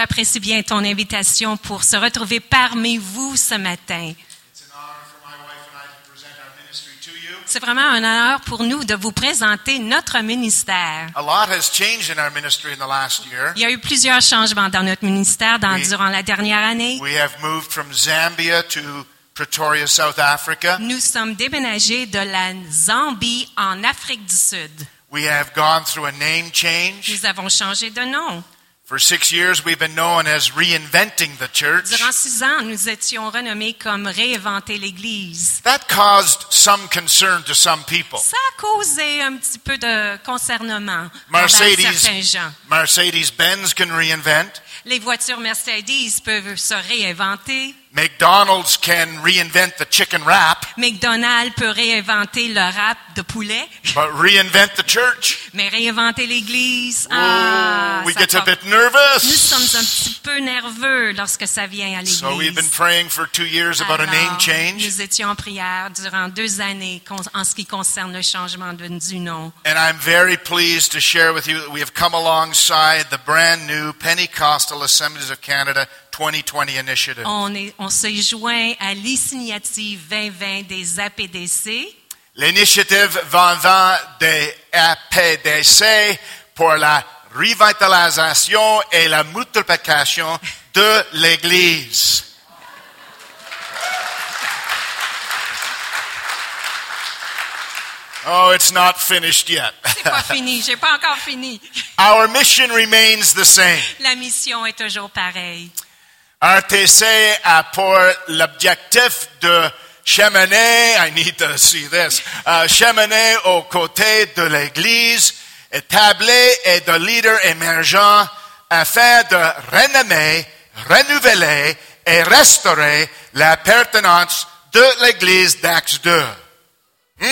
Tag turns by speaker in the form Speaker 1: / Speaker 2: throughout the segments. Speaker 1: J'apprécie bien ton invitation pour se retrouver parmi vous ce matin.
Speaker 2: It's an honor for my wife and I to present our ministry to you.
Speaker 1: C'est vraiment un honneur pour nous de vous présenter notre ministère.
Speaker 2: A lot has changed in our ministry in the last year.
Speaker 1: Il y a eu plusieurs changements dans notre ministère dans-
Speaker 2: Oui.
Speaker 1: durant la dernière année.
Speaker 2: We have moved from Zambia to Pretoria, South Africa.
Speaker 1: Nous sommes déménagés de la Zambie en Afrique du Sud.
Speaker 2: We have gone through a name change.
Speaker 1: Nous avons changé de nom.
Speaker 2: For six years, we've been known as reinventing the church.
Speaker 1: Durant six ans, nous étions renommés comme Réinventer l'Église.
Speaker 2: That caused some concern to some people.
Speaker 1: Ça a causé un petit peu de concernement envers certains
Speaker 2: Mercedes,
Speaker 1: gens.
Speaker 2: Mercedes Benz can reinvent.
Speaker 1: Les voitures Mercedes peuvent se réinventer.
Speaker 2: McDonald's can reinvent the chicken wrap,
Speaker 1: McDonald's peut réinventer le rap de poulet,
Speaker 2: but reinvent the church.
Speaker 1: mais réinventer l'Église,
Speaker 2: Oh,
Speaker 1: ah,
Speaker 2: we
Speaker 1: ça
Speaker 2: get a
Speaker 1: porte-
Speaker 2: bit nervous.
Speaker 1: nous sommes un petit peu nerveux lorsque ça vient à l'Église.
Speaker 2: So we've been praying for two years about a
Speaker 1: Alors,
Speaker 2: name change,
Speaker 1: Nous étions en prière durant deux années con- en ce qui concerne le changement de- du nom.
Speaker 2: and I'm very pleased to share with you that we have come alongside the brand new Pentecostal Assemblies of Canada 2020 initiative.
Speaker 1: On, est- on s'est joint à l'initiative 2020 des APDC
Speaker 2: L'initiative 2020 des APDC pour la revitalisation et la multiplication de l'Église. Oh, it's not finished yet.
Speaker 1: C'est pas fini, j'ai pas encore fini.
Speaker 2: Our mission remains the same.
Speaker 1: La mission est toujours pareille.
Speaker 2: RTC a uh, pour l'objectif de cheminer, I need to see this, euh, cheminer aux côtés de l'Église établie et de leaders émergents afin de renommer, renouveler et restaurer la pertinence de l'Église d'Acte 2. Hmm.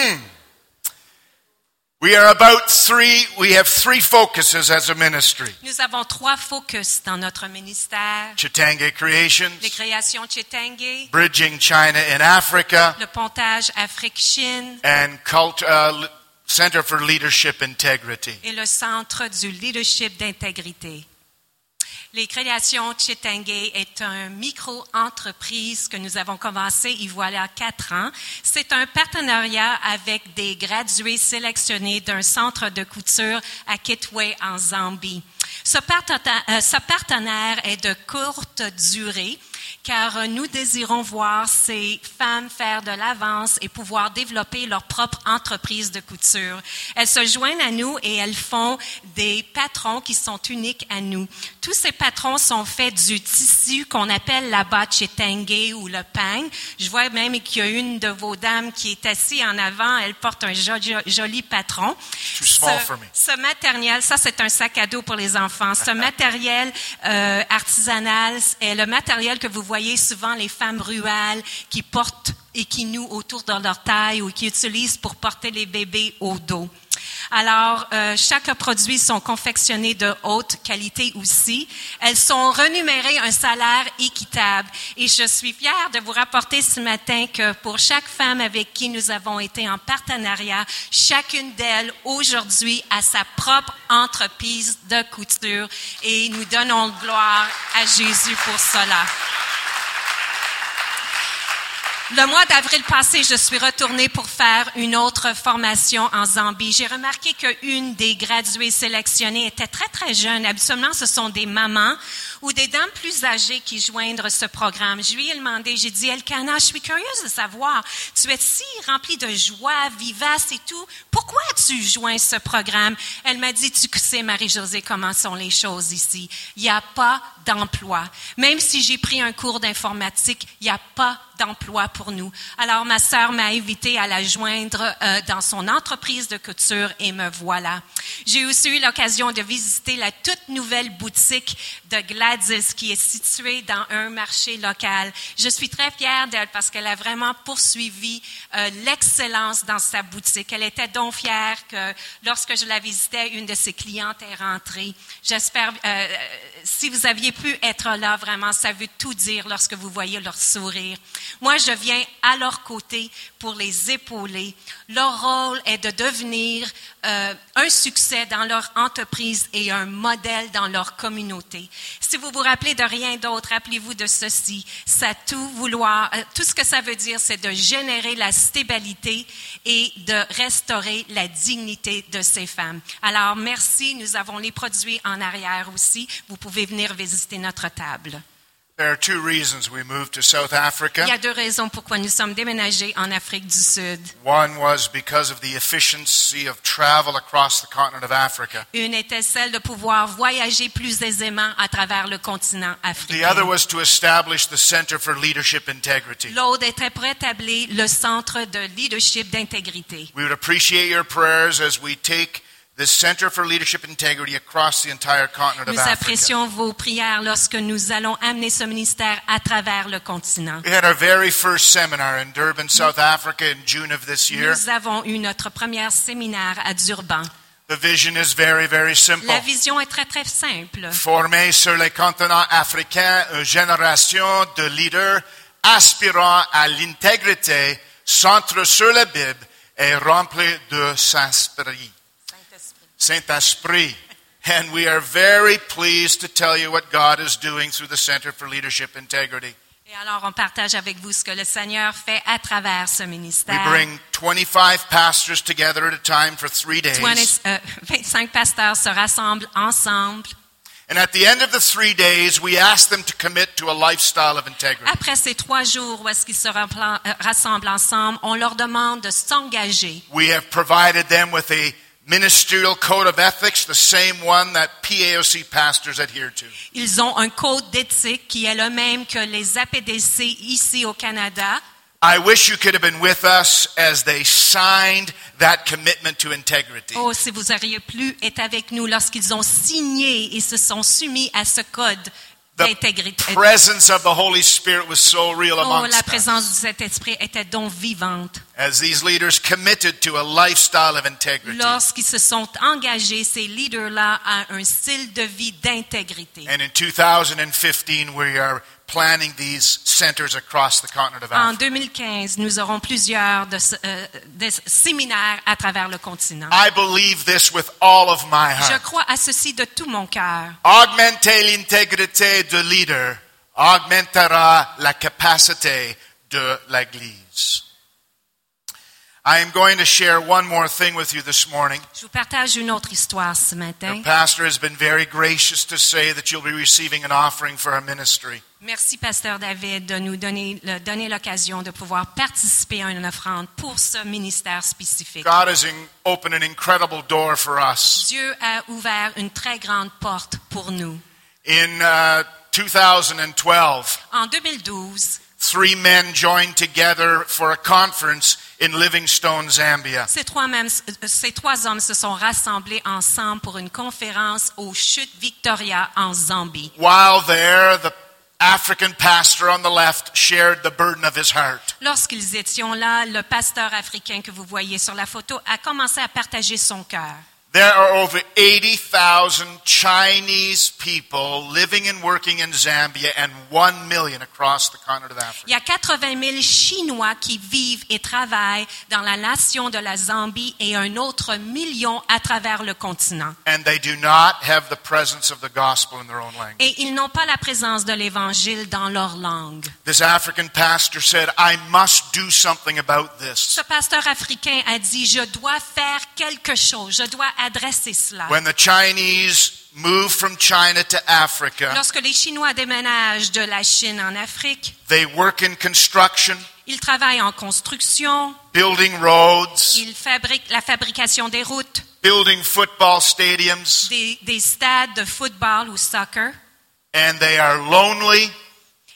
Speaker 2: We are about three, we have three focuses as a ministry.
Speaker 1: Nous avons trois focus dans notre ministère.
Speaker 2: Chitange Creations.
Speaker 1: Les créations Chitenge,
Speaker 2: bridging China and Africa,
Speaker 1: le pontage Afrique-Chine
Speaker 2: and cult, uh, L- Center for Leadership Integrity.
Speaker 1: et le centre du leadership d'intégrité. Les créations Chitenge est un micro-entreprise que nous avons commencé il voilà quatre ans. C'est un partenariat avec des gradués sélectionnés d'un centre de couture à Kitwe en Zambie. Ce partena- euh, ce partenaire est de courte durée car euh, nous désirons voir ces femmes faire de l'avance et pouvoir développer leur propre entreprise de couture. Elles se joignent à nous et elles font des patrons qui sont uniques à nous. Tous ces patrons sont faits du tissu qu'on appelle là-bas chetenge ou le pang. Je vois même qu'il y a une de vos dames qui est assise en avant. Elle porte un jo- jo- joli patron.
Speaker 2: Too small
Speaker 1: Ce-
Speaker 2: for me.
Speaker 1: ce matériel, ça c'est un sac à dos pour les enfants. Ce matériel euh, artisanal est le matériel que vous voyez souvent les femmes rurales qui portent et qui nouent autour de leur taille ou qui utilisent pour porter les bébés au dos. Alors, euh, chaque produit sont confectionnés de haute qualité aussi. Elles sont renumérées un salaire équitable. Et je suis fière de vous rapporter ce matin que pour chaque femme avec qui nous avons été en partenariat, chacune d'elles aujourd'hui a sa propre entreprise de couture. Et nous donnons gloire à Jésus pour cela. Le mois d'avril passé, je suis retournée pour faire une autre formation en Zambie. J'ai remarqué qu'une des graduées sélectionnées était très, très jeune. Habituellement, ce sont des mamans ou des dames plus âgées qui joindrent ce programme. Je lui ai demandé, j'ai dit, Elkana, je suis curieuse de savoir, tu es si remplie de joie, vivace et tout. Pourquoi tu joins ce programme? Elle m'a dit, tu sais, Marie-Josée, comment sont les choses ici. Il n'y a pas d'emploi. Même si j'ai pris un cours d'informatique, il n'y a pas d'emploi pour nous. Alors, ma sœur m'a invitée à la joindre euh, dans son entreprise de couture et me voilà. J'ai aussi eu l'occasion de visiter la toute nouvelle boutique de Gladys qui est située dans un marché local. Je suis très fière d'elle parce qu'elle a vraiment poursuivi euh, l'excellence dans sa boutique. Elle était donc fière que lorsque je la visitais, une de ses clientes est rentrée. J'espère, euh, euh, si vous aviez pu être là, vraiment, ça veut tout dire lorsque vous voyez leur sourire. Moi, je viens à leur côté pour les épauler. Leur rôle est de devenir euh, un succès dans leur entreprise et un modèle dans leur communauté. Si vous vous rappelez de rien d'autre, rappelez-vous de ceci. Ça tout vouloir, euh, tout ce que ça veut dire, c'est de générer la stabilité et de restaurer la dignité de ces femmes. Alors, merci. Nous avons les produits en arrière aussi. Vous pouvez venir visiter notre table.
Speaker 2: There are two reasons we moved to South
Speaker 1: Il y a
Speaker 2: Africa.
Speaker 1: deux raisons pourquoi nous sommes déménagés en Afrique du Sud.
Speaker 2: One was because of the efficiency of travel across the continent of Africa.
Speaker 1: Une était celle de pouvoir voyager plus aisément à travers le continent
Speaker 2: The other
Speaker 1: africain.
Speaker 2: was to establish the Center for Leadership Integrity.
Speaker 1: L'autre était pour établir le centre de leadership d'intégrité.
Speaker 2: We would appreciate your prayers as we take this Center for Leadership Integrity across the entire continent of
Speaker 1: Nous
Speaker 2: Africa.
Speaker 1: apprécions vos prières lorsque nous allons amener ce ministère à travers le continent.
Speaker 2: We had our very first seminar in Durban, South Africa in June of this year.
Speaker 1: Nous avons eu notre première séminaire à Durban.
Speaker 2: The vision is very, very simple.
Speaker 1: La vision est très très simple.
Speaker 2: Former sur les continents africains une génération de leaders aspirant à l'intégrité, centre sur la Bible et rempli de Saint-Esprit. Saint-Esprit. And we are very pleased to tell you what God is doing through the Center for Leadership Integrity.
Speaker 1: Et alors on partage avec vous ce que le Seigneur fait à travers ce
Speaker 2: We
Speaker 1: ministère.
Speaker 2: bring 25 pastors together at a time for three days.
Speaker 1: 20, euh, 25 pasteurs se rassemblent ensemble.
Speaker 2: And at the end of the three days, we ask them to commit to a lifestyle of integrity.
Speaker 1: Après ces trois jours où est-ce qu'ils se rempla- euh, rassemblent ensemble, on leur demande de s'engager.
Speaker 2: We have provided them with a ministerial code of ethics, the same one that PAOC pastors adhere to.
Speaker 1: Ils ont un code d'éthique qui est le même que les APDC ici au Canada.
Speaker 2: I wish you could have been with us as they signed that commitment to integrity.
Speaker 1: Oh, si vous auriez pu être avec nous lorsqu'ils ont signé et se sont soumis à ce code
Speaker 2: The
Speaker 1: d'intégrité.
Speaker 2: presence of the Holy Spirit was so real
Speaker 1: Oh, la
Speaker 2: amongst them
Speaker 1: présence de cet esprit était donc vivante.
Speaker 2: as these leaders committed to a lifestyle of integrity.
Speaker 1: Lorsqu'ils se sont engagés, ces leaders-là, à un style de vie d'intégrité.
Speaker 2: And in 2015, we are planning these centers across the continent of
Speaker 1: En
Speaker 2: Africa.
Speaker 1: 2015, nous aurons plusieurs de ce- euh, des séminaires à travers le continent.
Speaker 2: I believe this with all of my
Speaker 1: Je
Speaker 2: heart.
Speaker 1: crois à ceci de tout mon cœur.
Speaker 2: Augmenter l'intégrité de leader augmentera la capacité de l'Église. I am going to share one more thing with you this morning.
Speaker 1: Je vous partage une autre histoire ce matin.
Speaker 2: Your pastor has been very gracious to say that you'll be receiving an offering for our ministry.
Speaker 1: Merci, pasteur David, de nous donner, le- donner l'occasion de pouvoir participer à une offrande pour ce ministère spécifique.
Speaker 2: God has in, opened an incredible door for us.
Speaker 1: Dieu a ouvert une très grande porte pour nous.
Speaker 2: In uh, 2012,
Speaker 1: En 2012,
Speaker 2: three men joined together for a conference in Livingstone, Zambia.
Speaker 1: ces trois, mêmes- euh, ces trois hommes se sont rassemblés ensemble pour une conférence aux Chutes Victoria en Zambie.
Speaker 2: While there, the African pastor on the left shared the burden of his heart.
Speaker 1: Lorsqu'ils étions là, le pasteur africain que vous voyez sur la photo a commencé à partager son cœur.
Speaker 2: There are over 80,000 Chinese people living and working in Zambia and 1 million across the continent of Africa.
Speaker 1: Il y a 80 000 Chinois qui vivent et travaillent dans la nation de la Zambie et un autre million à travers le continent.
Speaker 2: And they do not have the presence of the gospel in their own language.
Speaker 1: Et ils n'ont pas la présence de l'Évangile dans leur langue.
Speaker 2: This African pastor said, I must do something about this.
Speaker 1: Ce pasteur africain a dit, je dois faire quelque chose, je dois adresser cela.
Speaker 2: When the Chinese moved from China to Africa,
Speaker 1: Lorsque les Chinois déménagent de la Chine en Afrique,
Speaker 2: they work in construction,
Speaker 1: ils travaillent en construction,
Speaker 2: building roads,
Speaker 1: ils fabriquent la fabrication des routes,
Speaker 2: building football stadiums.
Speaker 1: des, des stades de football ou soccer.
Speaker 2: and they are lonely,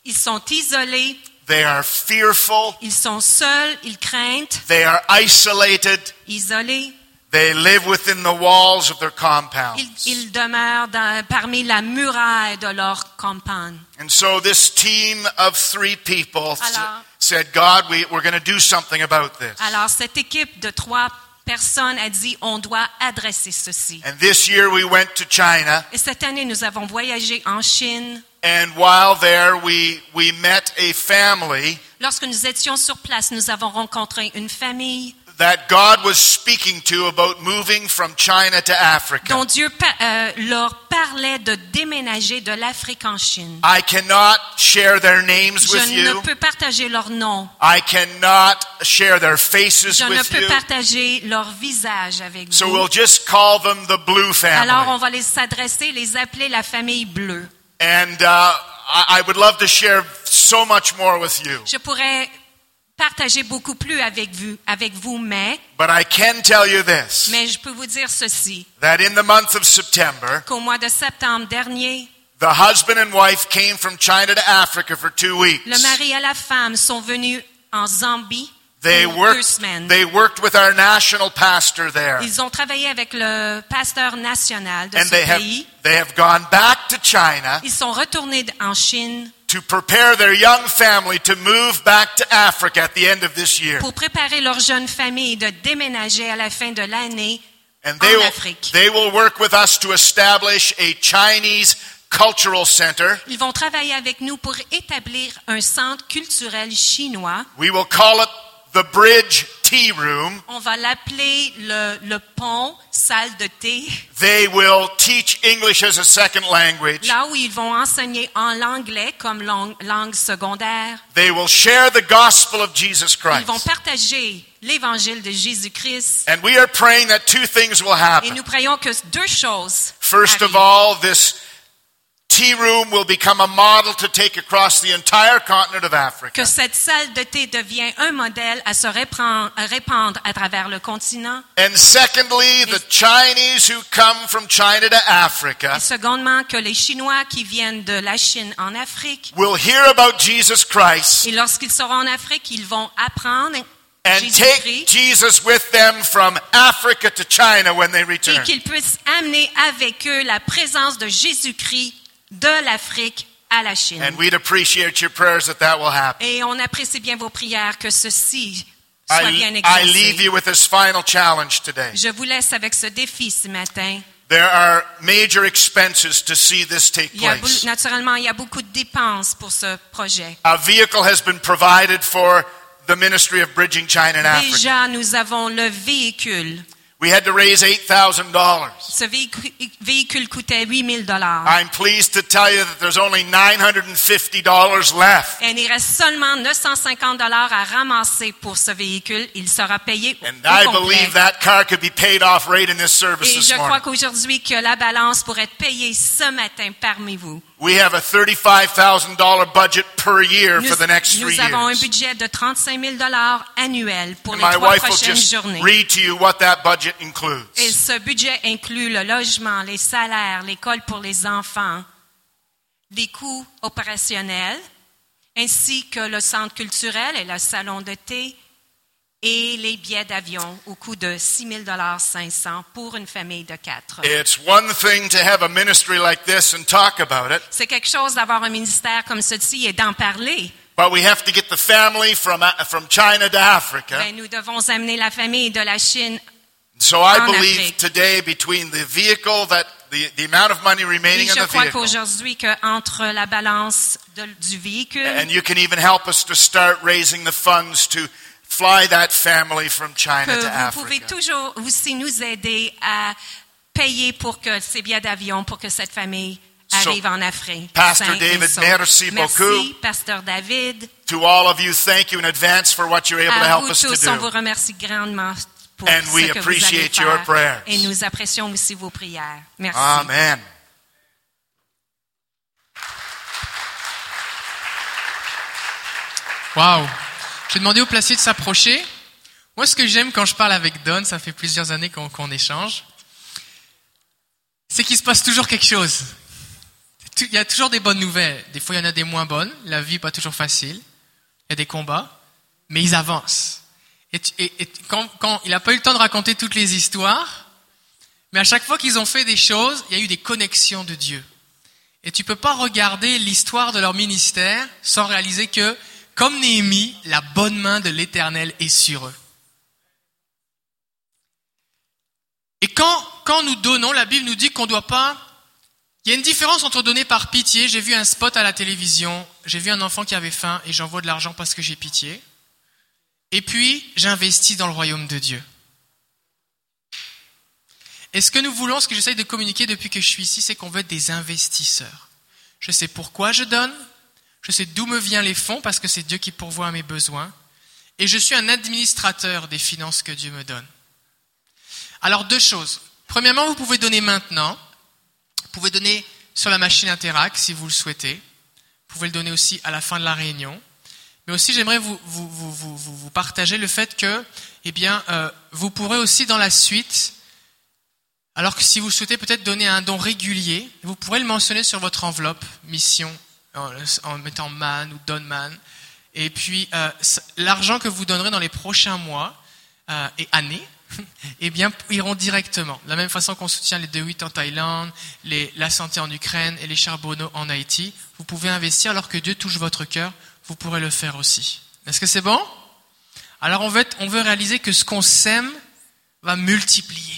Speaker 1: Ils sont isolés,
Speaker 2: they are fearful,
Speaker 1: ils sont seuls, ils craignent,
Speaker 2: they are isolated,
Speaker 1: isolés.
Speaker 2: they live within the walls of their
Speaker 1: Ils,
Speaker 2: compounds.
Speaker 1: ils demeurent dans- parmi la muraille de leur campagne.
Speaker 2: And so this team of three people s-
Speaker 1: Alors-
Speaker 2: said, God, we, we're going to do something about this.
Speaker 1: Alors cette équipe de trois personnes a dit, on doit adresser ceci.
Speaker 2: And this year we went to China,
Speaker 1: Et cette année, nous avons voyagé en Chine.
Speaker 2: and while there we, we met a family
Speaker 1: Lorsque nous étions sur place, nous avons rencontré une famille
Speaker 2: that God was speaking to about moving from China to Africa.
Speaker 1: dont Dieu pa- euh, leur parlait de déménager de l'Afrique en Chine.
Speaker 2: I cannot share their names with
Speaker 1: Je ne
Speaker 2: you.
Speaker 1: peux partager leur nom.
Speaker 2: I cannot share their faces
Speaker 1: Je ne
Speaker 2: with
Speaker 1: peux
Speaker 2: you.
Speaker 1: partager leur visage avec
Speaker 2: So
Speaker 1: vous.
Speaker 2: we'll just call them the Blue
Speaker 1: Alors, on
Speaker 2: Family.
Speaker 1: va les s'adresser, les appeler la famille bleue.
Speaker 2: And uh, I I would love to share so much more with you.
Speaker 1: Je pourrais partager beaucoup plus avec vous, avec vous, mais,
Speaker 2: But I can tell you this
Speaker 1: mais je peux vous dire ceci,
Speaker 2: that in the month of September,
Speaker 1: qu'au mois de septembre dernier,
Speaker 2: the husband and wife came from China to Africa for two
Speaker 1: le
Speaker 2: weeks.
Speaker 1: mari et la femme sont venus en Zambie
Speaker 2: They
Speaker 1: pour deux
Speaker 2: worked,
Speaker 1: semaines.
Speaker 2: they worked with our national pastor there.
Speaker 1: Ils ont travaillé avec le pasteur national de
Speaker 2: And
Speaker 1: ce
Speaker 2: they have,
Speaker 1: pays.
Speaker 2: they have gone back to China
Speaker 1: Ils sont retournés en Chine
Speaker 2: to prepare their young family to move back to Africa at the end of this year.
Speaker 1: pour préparer leur jeune famille de déménager à la fin de l'année.
Speaker 2: And they
Speaker 1: en
Speaker 2: will,
Speaker 1: Afrique.
Speaker 2: they will work with us to establish a Chinese cultural center.
Speaker 1: Ils vont travailler avec nous pour établir un centre culturel chinois.
Speaker 2: We will call it the Bridge Tea Room.
Speaker 1: On va l'appeler le, le pont, salle de thé,
Speaker 2: They will teach English as a second language.
Speaker 1: là où ils vont enseigner en l'anglais comme langue, langue secondaire.
Speaker 2: They will share the gospel of Jesus
Speaker 1: Ils vont
Speaker 2: Christ.
Speaker 1: partager l'évangile de Jésus-Christ.
Speaker 2: And we are praying that two things will
Speaker 1: Et
Speaker 2: happen.
Speaker 1: nous prions que deux choses.
Speaker 2: First of
Speaker 1: arrivent.
Speaker 2: all, this tea room will become a model to take across the entire continent of Africa.
Speaker 1: que cette salle de thé devient un modèle à se répandre, à répandre à travers le continent.
Speaker 2: And secondly, the Chinese who come from China to Africa
Speaker 1: Et secondement, que les Chinois qui viennent de la Chine en Afrique,
Speaker 2: will hear about Jesus Christ
Speaker 1: et lorsqu'ils seront en Afrique, ils vont apprendre
Speaker 2: and take
Speaker 1: Jésus-Christ
Speaker 2: Jesus with them from Africa to China when they
Speaker 1: et
Speaker 2: return.
Speaker 1: qu'ils puissent amener avec eux la présence de Jésus-Christ de l'Afrique à la Chine.
Speaker 2: And we'd appreciate your prayers that that will happen.
Speaker 1: Et on apprécie bien vos prières que ceci soit bien
Speaker 2: I, I leave
Speaker 1: exaucé.
Speaker 2: you with this final challenge today.
Speaker 1: Je vous laisse avec ce défi ce matin.
Speaker 2: There are major expenses to see this take
Speaker 1: Il y a
Speaker 2: place.
Speaker 1: bou- naturellement, il y a beaucoup de dépenses pour ce projet.
Speaker 2: A vehicle has been provided for the ministry of bridging China and Africa.
Speaker 1: Déjà, nous avons le véhicule.
Speaker 2: We had to raise $8,000.
Speaker 1: Ce véhicu- véhicule coûtait 8 dollars.
Speaker 2: I'm pleased to tell you that there's only $950 left.
Speaker 1: Et il reste seulement 950 dollars à ramasser pour ce véhicule. Il sera payé au
Speaker 2: And I
Speaker 1: complet.
Speaker 2: believe that car could be paid off right in this service
Speaker 1: Et je
Speaker 2: this
Speaker 1: crois
Speaker 2: morning.
Speaker 1: qu'aujourd'hui que la balance pourrait être payée ce matin parmi vous.
Speaker 2: We have a $35,000 budget per year
Speaker 1: Nous,
Speaker 2: for the next
Speaker 1: nous
Speaker 2: three
Speaker 1: avons un
Speaker 2: years.
Speaker 1: budget de 35 000 dollars annuel pour
Speaker 2: And
Speaker 1: les
Speaker 2: my
Speaker 1: trois
Speaker 2: wife will
Speaker 1: prochaines
Speaker 2: just
Speaker 1: journées.
Speaker 2: read to you what that budget includes.
Speaker 1: Et ce budget inclut le logement, les salaires, l'école pour les enfants, les coûts opérationnels, ainsi que le centre culturel et le salon de thé et les billets d'avion au coût de 6 500 pour une famille de quatre.
Speaker 2: It's one thing to have a ministry like this and talk about it,
Speaker 1: C'est quelque chose d'avoir un ministère comme ceci et d'en parler.
Speaker 2: but we have to get the family from, uh, from China to Africa.
Speaker 1: Mais Ben, nous devons amener la famille de la Chine.
Speaker 2: So I
Speaker 1: en
Speaker 2: believe
Speaker 1: Afrique.
Speaker 2: today between the vehicle that the, the amount of money
Speaker 1: Et
Speaker 2: remaining in
Speaker 1: je
Speaker 2: the
Speaker 1: crois
Speaker 2: vehicle,
Speaker 1: qu'aujourd'hui, qu'entre la balance de- du véhicule
Speaker 2: and you can even help us to start raising the funds to fly that family from China to
Speaker 1: que vous pouvez
Speaker 2: Africa.
Speaker 1: toujours aussi nous aider à payer pour que ces billets d'avion, pour que cette famille
Speaker 2: So,
Speaker 1: arrive en Afrique.
Speaker 2: Pastor
Speaker 1: saine et
Speaker 2: David,
Speaker 1: sauve.
Speaker 2: merci beaucoup.
Speaker 1: Pasteur David.
Speaker 2: To all of you, thank you in advance for what you're able to
Speaker 1: À
Speaker 2: help
Speaker 1: vous
Speaker 2: us to
Speaker 1: tous, on vous
Speaker 2: do.
Speaker 1: remercie grandement pour
Speaker 2: And
Speaker 1: ce
Speaker 2: we
Speaker 1: que vous allez
Speaker 2: appreciate your
Speaker 1: faire.
Speaker 2: prayers.
Speaker 1: Et nous apprécions aussi vos prières. Merci.
Speaker 2: Amen.
Speaker 3: Waouh J'ai demandé au placier de s'approcher. Moi, ce que j'aime quand je parle avec Don, ça fait plusieurs années qu'on qu'on échange, c'est qu'il se passe toujours quelque chose. Tout- Il y a toujours des bonnes nouvelles. Des fois, il y en a des moins bonnes. La vie n'est pas toujours facile. Il y a des combats. Mais ils avancent. Et, tu- et- et quand, quand il n'a pas eu le temps de raconter toutes les histoires, mais à chaque fois qu'ils ont fait des choses, il y a eu des connexions de Dieu. Et tu peux pas regarder l'histoire de leur ministère sans réaliser que, comme Néhémie, la bonne main de l'Éternel est sur eux. Et quand, quand nous donnons, la Bible nous dit qu'on ne doit pas... Il y a une différence entre donner par pitié, j'ai vu un spot à la télévision, j'ai vu un enfant qui avait faim et j'envoie de l'argent parce que j'ai pitié, et puis j'investis dans le royaume de Dieu. Et ce que nous voulons, ce que j'essaye de communiquer depuis que je suis ici, c'est qu'on veut être des investisseurs. Je sais pourquoi je donne, je sais d'où me viennent les fonds parce que c'est Dieu qui pourvoit à mes besoins, et je suis un administrateur des finances que Dieu me donne. Alors deux choses. Premièrement, vous pouvez donner maintenant. Vous pouvez donner sur la machine Interac si vous le souhaitez. Vous pouvez le donner aussi à la fin de la réunion. Mais aussi, j'aimerais vous, vous, vous, vous, vous- vous partager le fait que, eh bien, euh, vous pourrez aussi dans la suite, alors que si vous souhaitez peut-être donner un don régulier, vous pourrez le mentionner sur votre enveloppe mission en, en mettant man ou don man. Et puis, euh, ça- l'argent que vous donnerez dans les prochains mois euh, et années, eh bien, iront directement. De la même façon qu'on soutient les De en Thaïlande, les, la santé en Ukraine et les charbonneaux en Haïti, vous pouvez investir alors que Dieu touche votre cœur, vous pourrez le faire aussi. Est-ce que c'est bon Alors on veut, être- on veut réaliser que ce qu'on sème va multiplier.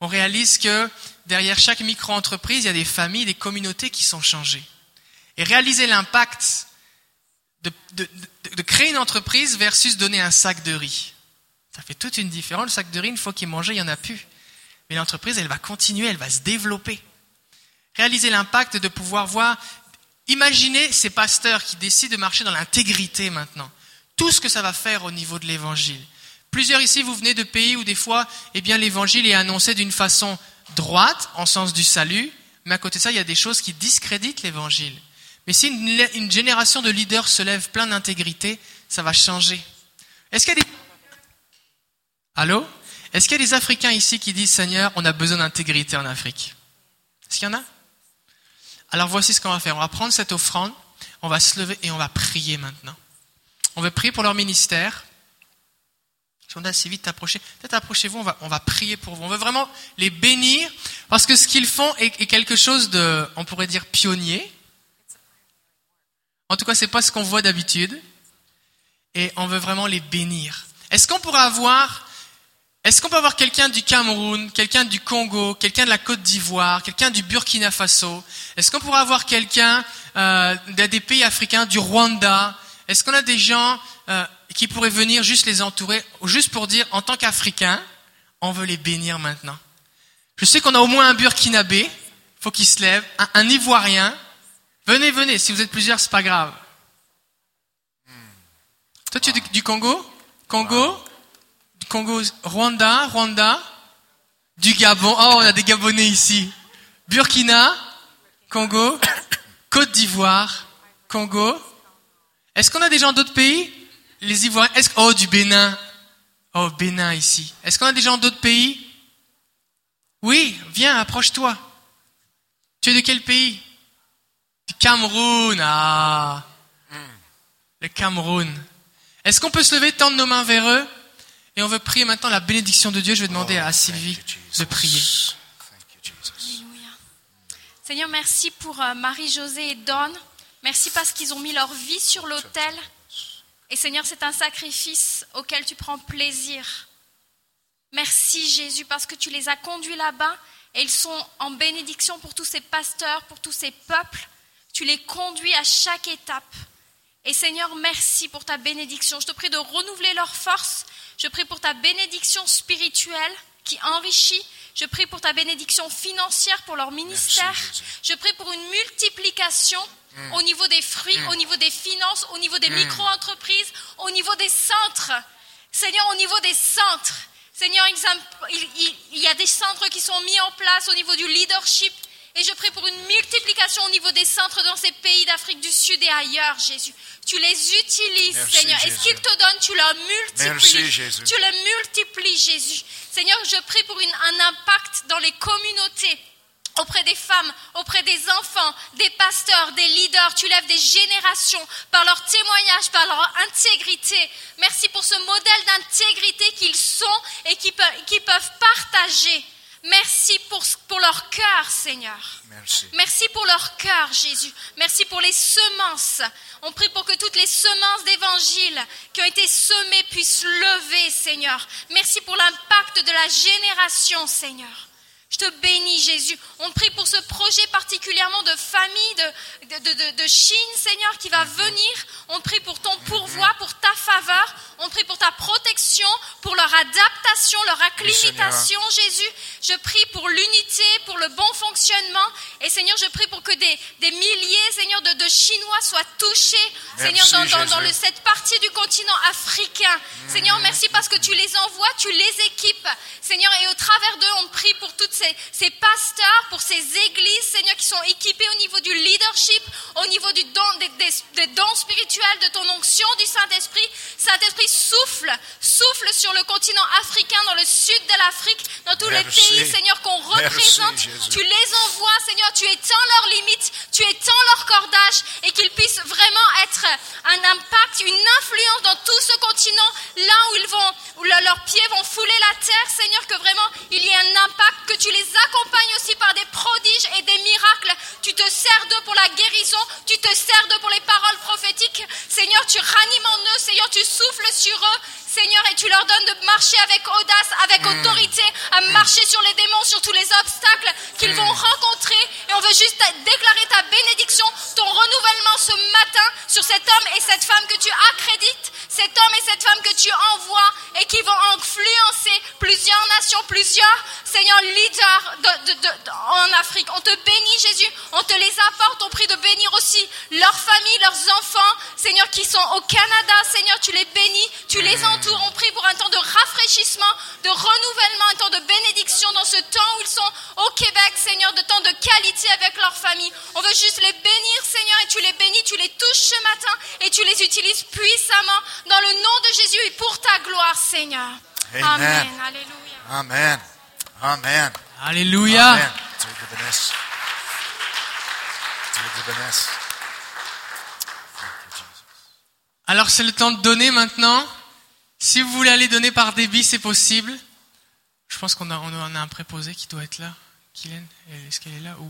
Speaker 3: On réalise que derrière chaque micro-entreprise, il y a des familles, des communautés qui sont changées. Et réaliser l'impact de- de- de- de créer une entreprise versus donner un sac de riz. Ça fait toute une différence. Le sac de riz, une fois qu'il est mangé, il n'y en a plus. Mais l'entreprise, elle va continuer, elle va se développer. Réaliser l'impact de pouvoir voir, imaginez ces pasteurs qui décident de marcher dans l'intégrité maintenant. Tout ce que ça va faire au niveau de l'évangile. Plusieurs ici, vous venez de pays où des fois, eh bien, l'évangile est annoncé d'une façon droite, en sens du salut, mais à côté de ça, il y a des choses qui discréditent l'évangile. Mais si une, une génération de leaders se lève plein d'intégrité, ça va changer. Est-ce qu'il y a des Allô Est-ce qu'il y a des Africains ici qui disent Seigneur, on a besoin d'intégrité en Afrique Est-ce qu'il y en a Alors voici ce qu'on va faire. On va prendre cette offrande, on va se lever et on va prier maintenant. On va prier pour leur ministère. Si on est assez vite t'approcher, peut-être approchez-vous, on va, on va prier pour vous. On veut vraiment les bénir parce que ce qu'ils font est, est quelque chose de, on pourrait dire, pionnier. En tout cas, c'est pas ce qu'on voit d'habitude. Et on veut vraiment les bénir. Est-ce qu'on pourra avoir est-ce qu'on peut avoir quelqu'un du Cameroun, quelqu'un du Congo, quelqu'un de la Côte d'Ivoire, quelqu'un du Burkina Faso Est-ce qu'on pourrait avoir quelqu'un euh, des des pays africains, du Rwanda Est-ce qu'on a des gens euh, qui pourraient venir juste les entourer, juste pour dire, en tant qu'Africains, on veut les bénir maintenant Je sais qu'on a au moins un Burkinabé, faut qu'il se lève, un, un Ivoirien. Venez, venez, si vous êtes plusieurs, c'est pas grave. Toi, tu es du, du Congo Congo du Congo, Rwanda, Rwanda, du Gabon. Oh, on a des Gabonais ici. Burkina, Congo, Côte d'Ivoire, Congo. Est-ce qu'on a des gens d'autres pays Les Ivoiriens. Est-ce oh du Bénin Oh Bénin ici. Est-ce qu'on a des gens d'autres pays Oui, viens, approche-toi. Tu es de quel pays Du Cameroun. Ah, le Cameroun. Est-ce qu'on peut se lever, tendre nos mains vers eux et on veut prier maintenant la bénédiction de Dieu. Je vais demander à Sylvie
Speaker 2: Thank you, Jesus.
Speaker 3: de prier.
Speaker 2: Thank you, Jesus.
Speaker 4: Alléluia. Seigneur, merci pour euh, Marie-Josée et Don. Merci parce qu'ils ont mis leur vie sur l'autel. Et Seigneur, c'est un sacrifice auquel tu prends plaisir. Merci Jésus parce que tu les as conduits là-bas et ils sont en bénédiction pour tous ces pasteurs, pour tous ces peuples. Tu les conduis à chaque étape. Et Seigneur, merci pour ta bénédiction. Je te prie de renouveler leur force. Je prie pour ta bénédiction spirituelle qui enrichit. Je prie pour ta bénédiction financière pour leur ministère.
Speaker 2: Jésus.
Speaker 4: Je prie pour une multiplication au niveau des fruits, au niveau des finances, au niveau des micro-entreprises, au niveau des centres. Seigneur, au niveau des centres. Seigneur, ils imp- il, il- il y a des centres qui sont mis en place au niveau du leadership. Et je prie pour une multiplication au niveau des centres dans ces pays d'Afrique du Sud et ailleurs, Jésus. Tu les utilises,
Speaker 2: Merci,
Speaker 4: Seigneur. Et ce
Speaker 2: Jésus.
Speaker 4: qu'ils te donnent, tu leur multiplies.
Speaker 2: Merci, Jésus.
Speaker 4: Tu le multiplies, Jésus. Seigneur, je prie pour une- un impact dans les communautés, auprès des femmes, auprès des enfants, des pasteurs, des leaders. Tu lèves des générations par leur témoignage, par leur intégrité. Merci pour ce modèle d'intégrité qu'ils sont et qu'ils peuvent, qu'ils peuvent partager. Merci pour, ce- pour leur cœur, Seigneur.
Speaker 2: Merci.
Speaker 4: Merci pour leur cœur, Jésus. Merci pour les semences. On prie pour que toutes les semences d'évangile qui ont été semées puissent lever, Seigneur. Merci pour l'impact de la génération, Seigneur. Je te bénis, Jésus. On te prie pour ce projet particulièrement de famille, de, de, de, de Chine, Seigneur, qui va venir. On te prie pour ton pourvoi, pour ta faveur. On te prie pour ta protection, pour leur adaptation, leur acclimatation, Jésus. Je prie pour l'unité, pour le bon fonctionnement. Et Seigneur, je prie pour que des, des milliers, Seigneur, de, de Chinois soient touchés,
Speaker 2: Merci,
Speaker 4: Seigneur, dans, dans, dans le,
Speaker 2: Jésus.
Speaker 4: cette partie du continent africain. Seigneur, merci parce que tu les envoies, tu les équipes. Seigneur, et au travers d'eux, on te prie pour toutes ces, ces pasteurs, pour ces églises, Seigneur, qui sont équipées au niveau du leadership, au niveau du don, des, des- des dons spirituels, de ton onction du Saint-Esprit. Saint-Esprit, souffle, souffle sur le continent africain, dans le sud de l'Afrique, dans tous
Speaker 2: Merci.
Speaker 4: les pays, Seigneur, qu'on
Speaker 2: Merci,
Speaker 4: représente.
Speaker 2: Jésus.
Speaker 4: tu les envoies, Seigneur, tu étends leurs limites, tu étends leur cordage et qu'ils puissent vraiment être un impact, une influence dans tout ce continent, là où ils vont, où le- leurs pieds vont fouler la terre, Seigneur, que vraiment il y ait un impact, que tu les accompagnes aussi par des prodiges et des miracles. Tu te sers d'eux pour la guérison, tu te sers d'eux pour les paroles prophétiques. Seigneur, tu ranimes en eux, Seigneur, tu souffles sur eux. Seigneur, et tu leur donnes de marcher avec audace, avec autorité, à marcher sur les démons, sur tous les obstacles qu'ils vont rencontrer. Et on veut juste ta- déclarer ta bénédiction, ton renouvellement ce matin sur cet homme et cette femme que tu accrédites, cet homme et cette femme que tu envoies et qui vont influencer plusieurs nations, plusieurs, Seigneur, leaders de- de- de- en Afrique. On te bénit, Jésus, on te les apporte, on prie de bénir aussi leurs familles, leurs enfants, Seigneur, qui sont au Canada, Seigneur, tu les bénis, tu les entoures. On prie pour un temps de rafraîchissement, de renouvellement, un temps de bénédiction dans ce temps où ils sont au Québec, Seigneur, de temps de qualité avec leur famille. On veut juste les bénir, Seigneur, et tu les bénis, tu les touches ce matin et tu les utilises puissamment dans le nom de Jésus et pour ta gloire, Seigneur.
Speaker 2: Amen.
Speaker 4: Amen. Alléluia.
Speaker 2: Amen. Amen.
Speaker 3: Alléluia.
Speaker 2: Amen. Dieu te bénisse. Dieu te bénisse.
Speaker 3: Alors c'est le temps de donner maintenant. Si vous voulez aller donner par débit, c'est possible. Je pense qu'on a, on a un préposé qui doit être là. Kylian, est-ce qu'elle est là ou,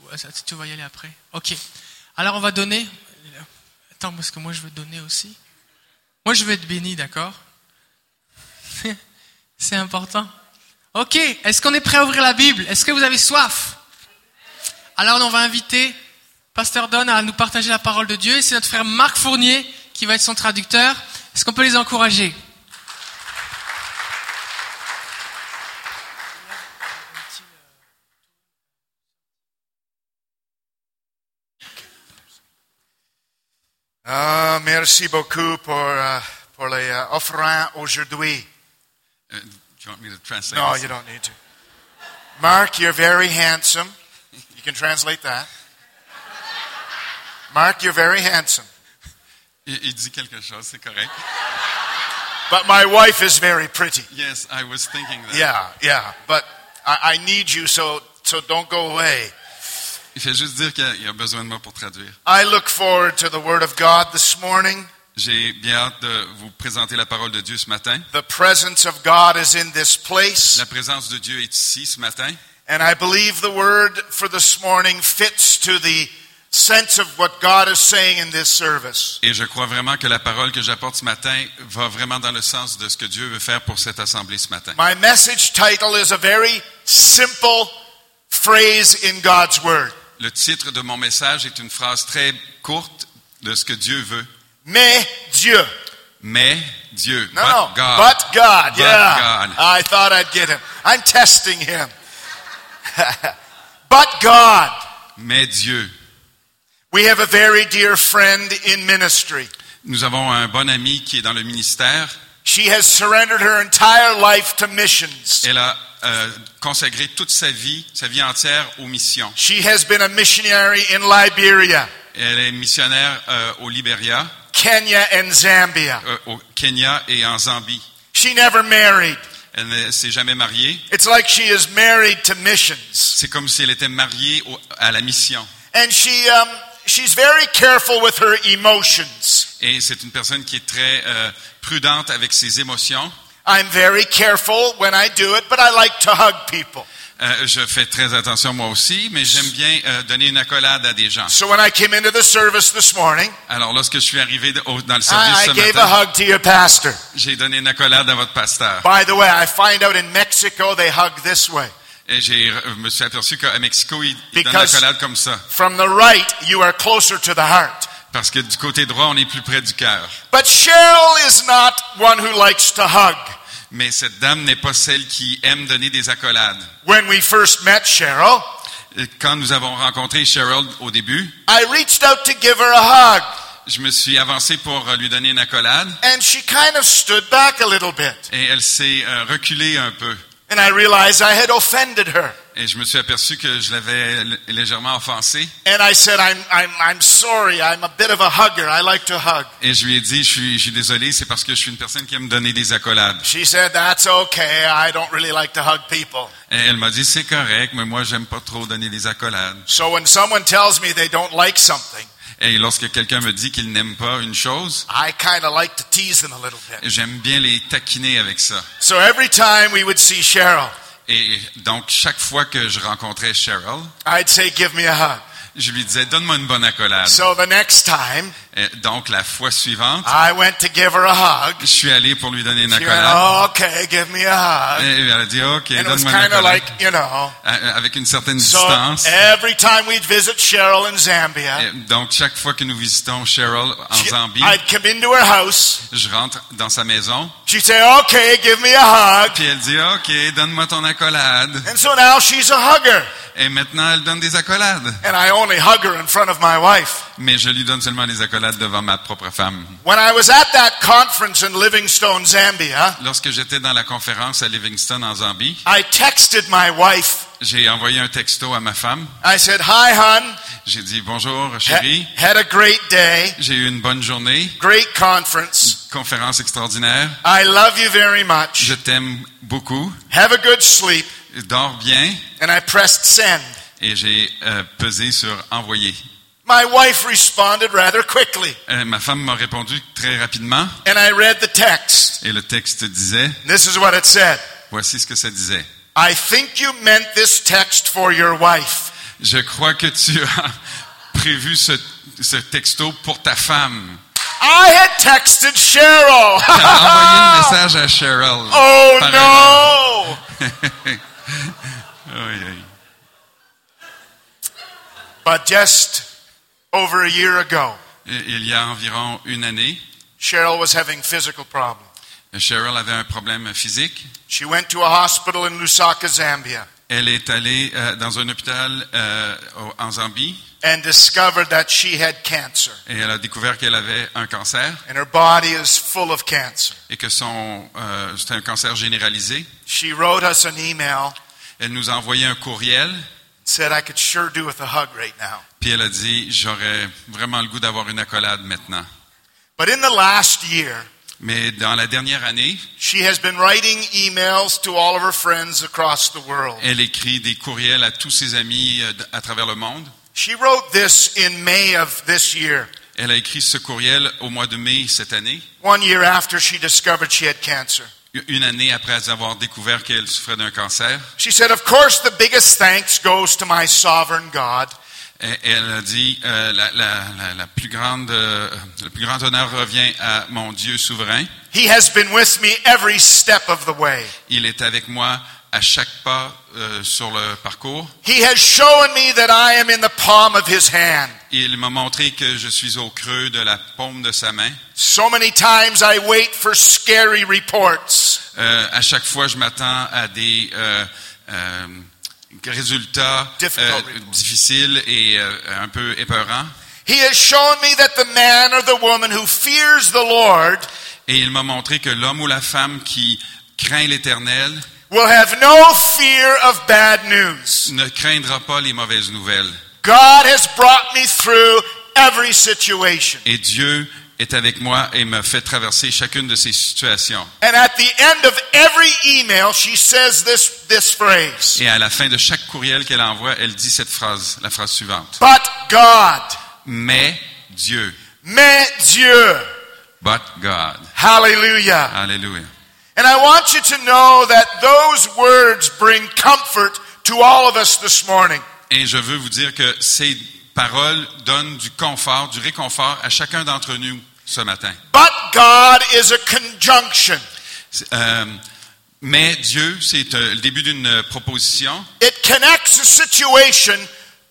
Speaker 3: ou- attends, tu vas y aller après Ok. Alors on va donner. Attends, parce que moi je veux donner aussi. Moi je veux être béni, d'accord C'est important. Ok. Est-ce qu'on est prêt à ouvrir la Bible Est-ce que vous avez soif alors on va inviter Pasteur Don à nous partager la parole de Dieu et c'est notre frère Marc Fournier qui va être son traducteur. Est-ce qu'on peut les encourager
Speaker 2: Ah, merci beaucoup pour, euh, pour les euh, offrandes aujourd'hui.
Speaker 5: Uh, do you want me to translate?
Speaker 2: No,
Speaker 5: this?
Speaker 2: you don't need to. Mark, you're very handsome. You can translate that. Mark, you're very handsome.
Speaker 5: Il, il dit quelque chose, c'est correct.
Speaker 2: But my wife is very pretty.
Speaker 5: Yes, I was thinking that.
Speaker 2: Yeah, yeah. But I, I need you, so, so don't go away.
Speaker 5: Il fait juste dire qu'il y a- il y a besoin de moi pour traduire.
Speaker 2: I look forward to the Word of God this morning.
Speaker 5: J'ai bien hâte de vous présenter la parole de Dieu ce matin.
Speaker 2: The presence of God is in this place.
Speaker 5: La présence de Dieu est ici ce matin.
Speaker 2: And I believe the Word for this morning fits to the sense of what God is saying in this service.
Speaker 5: Et je crois vraiment que la parole que j'apporte ce matin va vraiment dans le sens de ce que Dieu veut faire pour cette assemblée ce matin.
Speaker 2: My message title is a very simple phrase in God's Word.
Speaker 5: Le titre de mon message est une phrase très courte de ce que Dieu veut.
Speaker 2: Mais Dieu.
Speaker 5: Mais Dieu.
Speaker 2: No,
Speaker 5: but
Speaker 2: no.
Speaker 5: God.
Speaker 2: But God.
Speaker 5: But
Speaker 2: yeah.
Speaker 5: God.
Speaker 2: I thought I'd get him. I'm testing him. but God.
Speaker 5: Mais Dieu.
Speaker 2: We have a very dear friend in ministry.
Speaker 5: Nous avons un bon ami qui est dans le ministère.
Speaker 2: She has surrendered her entire life to missions.
Speaker 5: Elle a euh, consagré toute sa vie, sa vie entière aux missions.
Speaker 2: She has been a missionary in Liberia,
Speaker 5: Elle est missionnaire euh, au Libéria,
Speaker 2: Kenya, and Zambia.
Speaker 5: euh, au Kenya et en Zambie.
Speaker 2: She never married.
Speaker 5: Elle ne s'est jamais mariée.
Speaker 2: It's like she is married to missions.
Speaker 5: C'est comme si elle était mariée au- à la mission.
Speaker 2: And she, um, she's very careful with her emotions.
Speaker 5: Et c'est une personne qui est très euh, prudente avec ses émotions.
Speaker 2: I'm very careful when I do it, but I like to hug people.
Speaker 5: Euh, je fais très attention moi aussi, mais j'aime bien euh, donner une accolade à des gens.
Speaker 2: So when I came into the service this morning,
Speaker 5: Alors lorsque je suis arrivé de- au- dans le service
Speaker 2: Ah, I, I
Speaker 5: ce
Speaker 2: gave a
Speaker 5: matin,
Speaker 2: hug to your pastor.
Speaker 5: j'ai donné une accolade à votre pasteur.
Speaker 2: By the way, I find out in Mexico they hug this way.
Speaker 5: Et j'ai, euh, je me suis aperçu qu'à Mexico, ils, ils donnent la
Speaker 2: Because-
Speaker 5: collade comme ça.
Speaker 2: From the right, you are closer to the heart.
Speaker 5: Parce que du côté droit, on est plus près du cœur.
Speaker 2: But Cheryl is not one who likes to hug.
Speaker 5: Mais cette dame n'est pas celle qui aime donner des accolades.
Speaker 2: When we first met Cheryl,
Speaker 5: Et Quand nous avons rencontré Cheryl au début,
Speaker 2: I reached out to give her a hug,
Speaker 5: je me suis avancé pour euh, lui donner une accolade
Speaker 2: and she kind of stood back a little bit.
Speaker 5: et elle s'est euh, reculée un peu.
Speaker 2: And I realized I had offended her.
Speaker 5: Et je me suis aperçu que je l'avais l- légèrement offensée.
Speaker 2: And I said, I'm, I'm, I'm sorry, I'm a bit of a hugger, I like to hug.
Speaker 5: Et je lui ai dit, je suis, je suis désolé, c'est parce que je suis une personne qui aime donner des accolades.
Speaker 2: She said, That's okay, I don't really like to hug people.
Speaker 5: Et elle m'a dit, c'est correct, mais moi, j'aime pas trop donner des accolades.
Speaker 2: So when someone tells me they don't like something,
Speaker 5: Et lorsque quelqu'un me dit qu'il n'aime pas une chose,
Speaker 2: I kind of like to tease them a little bit.
Speaker 5: j'aime bien les taquiner avec ça.
Speaker 2: So every time we would see Cheryl,
Speaker 5: Et donc, chaque fois que je rencontrais Cheryl,
Speaker 2: I'd say, Give me a hug.
Speaker 5: je lui disais, donne-moi une bonne accolade.
Speaker 2: So the next time
Speaker 5: Et donc, la fois suivante,
Speaker 2: I went to give her a hug,
Speaker 5: je suis allé pour lui donner une
Speaker 2: she went,
Speaker 5: accolade.
Speaker 2: oh, Okay, give me a hug.
Speaker 5: Et elle a dit, OK,
Speaker 2: And it was
Speaker 5: donne-moi une
Speaker 2: kind of
Speaker 5: accolade.
Speaker 2: like, you know.
Speaker 5: Euh, Avec une certaine
Speaker 2: So eh,
Speaker 5: distance.
Speaker 2: every time we'd visit Cheryl in Zambia,
Speaker 5: Et Donc, chaque fois que nous visitons Cheryl en
Speaker 2: she-
Speaker 5: Zambie,
Speaker 2: I'd come into her house.
Speaker 5: je rentre dans sa maison,
Speaker 2: She'd say, okay, give me a hug.
Speaker 5: puis elle dit, OK, donne-moi ton accolade.
Speaker 2: And so now she's a hugger.
Speaker 5: Et maintenant, elle donne des accolades.
Speaker 2: And I only hug her in front of my wife.
Speaker 5: Mais je lui donne seulement des accolades devant ma propre femme.
Speaker 2: When I was at that conference in Livingstone, Zambia,
Speaker 5: Lorsque j'étais dans la conférence à Livingston en Zambie,
Speaker 2: I texted my wife.
Speaker 5: j'ai envoyé un texto à ma femme.
Speaker 2: I said, hi, hon.
Speaker 5: J'ai dit, bonjour,
Speaker 2: Ha-
Speaker 5: chérie.
Speaker 2: had a great day.
Speaker 5: J'ai eu une bonne journée,
Speaker 2: Great conference.
Speaker 5: conférence extraordinaire.
Speaker 2: I love you very much.
Speaker 5: Je t'aime beaucoup.
Speaker 2: Have a good sleep.
Speaker 5: Dors bien.
Speaker 2: And I pressed send.
Speaker 5: Et j'ai euh, pesé sur envoyer.
Speaker 2: My wife responded rather quickly.
Speaker 5: Euh, ma femme m'a répondu très rapidement
Speaker 2: And I read the text.
Speaker 5: et le texte disait,
Speaker 2: This is what it said.
Speaker 5: voici ce que ça disait.
Speaker 2: I think you meant this text for your wife.
Speaker 5: Je crois que tu as prévu ce, ce texto pour ta femme.
Speaker 2: I had texted Cheryl.
Speaker 5: Tu as envoyé le message à Cheryl. Par
Speaker 2: oh
Speaker 5: erreur.
Speaker 2: no!
Speaker 5: Aïe, aïe.
Speaker 2: But just over a year ago,
Speaker 5: Et- Il y a environ une année,
Speaker 2: Cheryl was having physical problems.
Speaker 5: Cheryl avait un problème physique.
Speaker 2: She went to a hospital in Lusaka, Zambia,
Speaker 5: Elle est allée euh, dans un hôpital euh, au- en Zambie
Speaker 2: and discovered that she had cancer,
Speaker 5: et elle a découvert qu'elle avait un cancer
Speaker 2: and her body is full of cancer.
Speaker 5: et que son euh, c'était un cancer généralisé.
Speaker 2: She wrote us an email
Speaker 5: Elle nous a envoyé un courriel
Speaker 2: said, "I could sure do with a hug right now."
Speaker 5: puis elle a dit j'aurais vraiment le goût d'avoir une accolade maintenant.
Speaker 2: But in the last year,
Speaker 5: Mais dans la dernière année,
Speaker 2: she has been writing emails to all of her friends across the world.
Speaker 5: elle écrit des courriels à tous ses amis euh, d- à travers le monde.
Speaker 2: She wrote this in May of this year,
Speaker 5: Elle a écrit ce courriel au mois de mai cette année,
Speaker 2: one year after she discovered she had cancer.
Speaker 5: une année après avoir découvert qu'elle souffrait d'un cancer.
Speaker 2: She said, Of course, the biggest thanks goes to my sovereign God.
Speaker 5: Et elle a dit euh, la, la- la- la plus grande, euh, le plus grand honneur revient à mon Dieu souverain.
Speaker 2: He has been with me every step of the way.
Speaker 5: Il est avec moi à chaque pas euh, sur le parcours.
Speaker 2: He has shown me that I am in the palm of his hand.
Speaker 5: Il m'a montré que je suis au creux de la paume de sa main.
Speaker 2: So many times I wait for scary reports.
Speaker 5: Euh, à chaque fois, je m'attends à des euh, euh, résultats
Speaker 2: Difficult
Speaker 5: euh,
Speaker 2: reports.
Speaker 5: difficiles et euh, un peu épeurants.
Speaker 2: He has shown me that the man or the woman who fears the Lord
Speaker 5: Et il m'a montré que l'homme ou la femme qui craint l'Éternel
Speaker 2: will have no fear of bad news.
Speaker 5: ne craindra pas les mauvaises nouvelles.
Speaker 2: God has brought me through every situation.
Speaker 5: Et Dieu est avec moi et me fait traverser chacune de ces situations.
Speaker 2: And at the end of every email, she says this, this phrase
Speaker 5: Et à la fin de chaque courriel qu'elle envoie, elle dit cette phrase, la phrase suivante.
Speaker 2: But God,
Speaker 5: Mais Dieu,
Speaker 2: mais Dieu,
Speaker 5: but God.
Speaker 2: hallelujah.
Speaker 5: Alléluia.
Speaker 2: And I want you to know that those words bring comfort to all of us this morning.
Speaker 5: Et je veux vous dire que ces paroles donnent du confort, du réconfort à chacun d'entre nous ce matin.
Speaker 2: But God is a conjunction.
Speaker 5: C'est- euh, Mais Dieu, c'est euh, le début d'une proposition.
Speaker 2: It connects a situation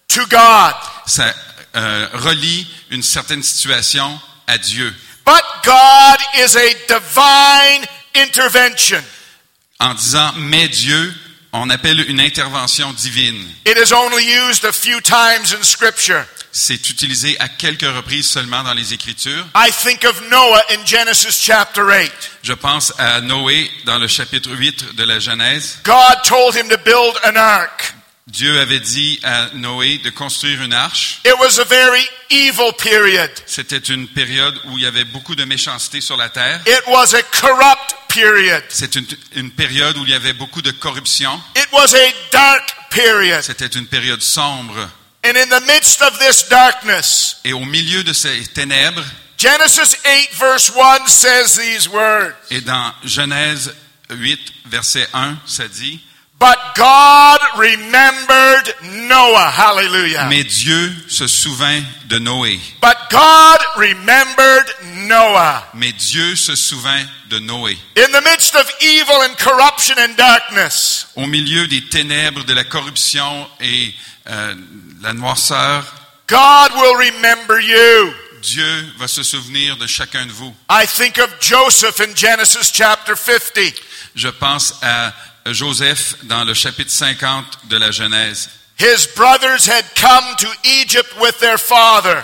Speaker 2: to God.
Speaker 5: Ça euh, relie une certaine situation à Dieu.
Speaker 2: But God is a divine intervention.
Speaker 5: En disant mais Dieu, on appelle une intervention divine.
Speaker 2: It is only used a few times in Scripture.
Speaker 5: C'est utilisé à quelques reprises seulement dans les Écritures.
Speaker 2: I think of Noah in Genesis chapter 8.
Speaker 5: Je pense à Noé dans le chapitre 8 de la Genèse.
Speaker 2: God told him to build an ark.
Speaker 5: Dieu avait dit à Noé de construire une arche.
Speaker 2: It was a very evil period,
Speaker 5: C'était une période où il y avait beaucoup de méchanceté sur la terre.
Speaker 2: it was a corrupt period,
Speaker 5: C'est une, une période où il y avait beaucoup de corruption.
Speaker 2: it was a dark period.
Speaker 5: C'était une période sombre.
Speaker 2: And in the midst of this darkness,
Speaker 5: Et au milieu de ces ténèbres,
Speaker 2: Genesis 8, verse 1 says these words
Speaker 5: et dans Genèse 8, verset 1, ça dit,
Speaker 2: But God remembered Noah. Hallelujah.
Speaker 5: Mais Dieu se souvint de Noé.
Speaker 2: But God remembered Noah.
Speaker 5: Mais Dieu se souvint de Noé.
Speaker 2: In the midst of evil and corruption and darkness,
Speaker 5: Au milieu des ténèbres, de la corruption et euh, la noirceur,
Speaker 2: God will remember you.
Speaker 5: Dieu va se souvenir de chacun de vous.
Speaker 2: I think of Joseph in Genesis chapter 50.
Speaker 5: Je pense à Joseph dans le chapitre 50 de la Genèse.
Speaker 2: His brothers had come to Egypt with their father.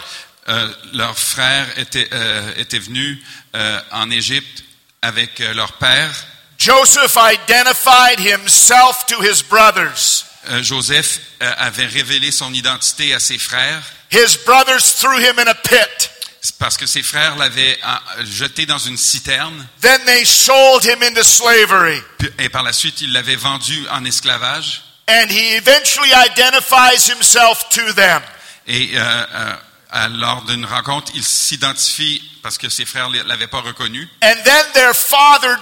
Speaker 5: Euh, leurs frères étaient, euh, étaient venus euh, en Égypte avec euh, leur père.
Speaker 2: Joseph identified himself to his brothers.
Speaker 5: Euh, Joseph euh, avait révélé son identité à ses frères
Speaker 2: His brothers threw him in a pit.
Speaker 5: c'est parce que ses frères l'avaient euh, jeté dans une citerne
Speaker 2: Then they sold him into slavery.
Speaker 5: puis- et par la suite ils l'avaient vendu en esclavage.
Speaker 2: And he eventually identifies himself to them.
Speaker 5: Et euh, euh, à- lors d'une rencontre, il s'identifie parce que ses frères ne l'avaient pas reconnu.
Speaker 2: And then their father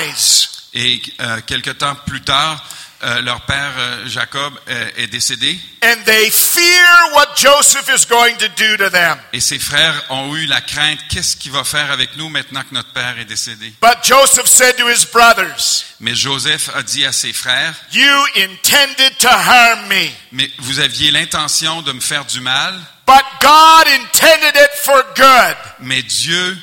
Speaker 2: dies.
Speaker 5: Et euh, quelque temps plus tard, euh, leur père euh, Jacob euh, est décédé
Speaker 2: And they fear what Joseph is going to do to them.
Speaker 5: et ses frères ont eu la crainte qu'est-ce qu'il va faire avec nous maintenant que notre père est décédé.
Speaker 2: But Joseph said to his brothers,
Speaker 5: Mais Joseph a dit à ses frères
Speaker 2: You intended to harm me,
Speaker 5: mais vous aviez l'intention de me faire du mal,
Speaker 2: but God intended it for good,
Speaker 5: mais Dieu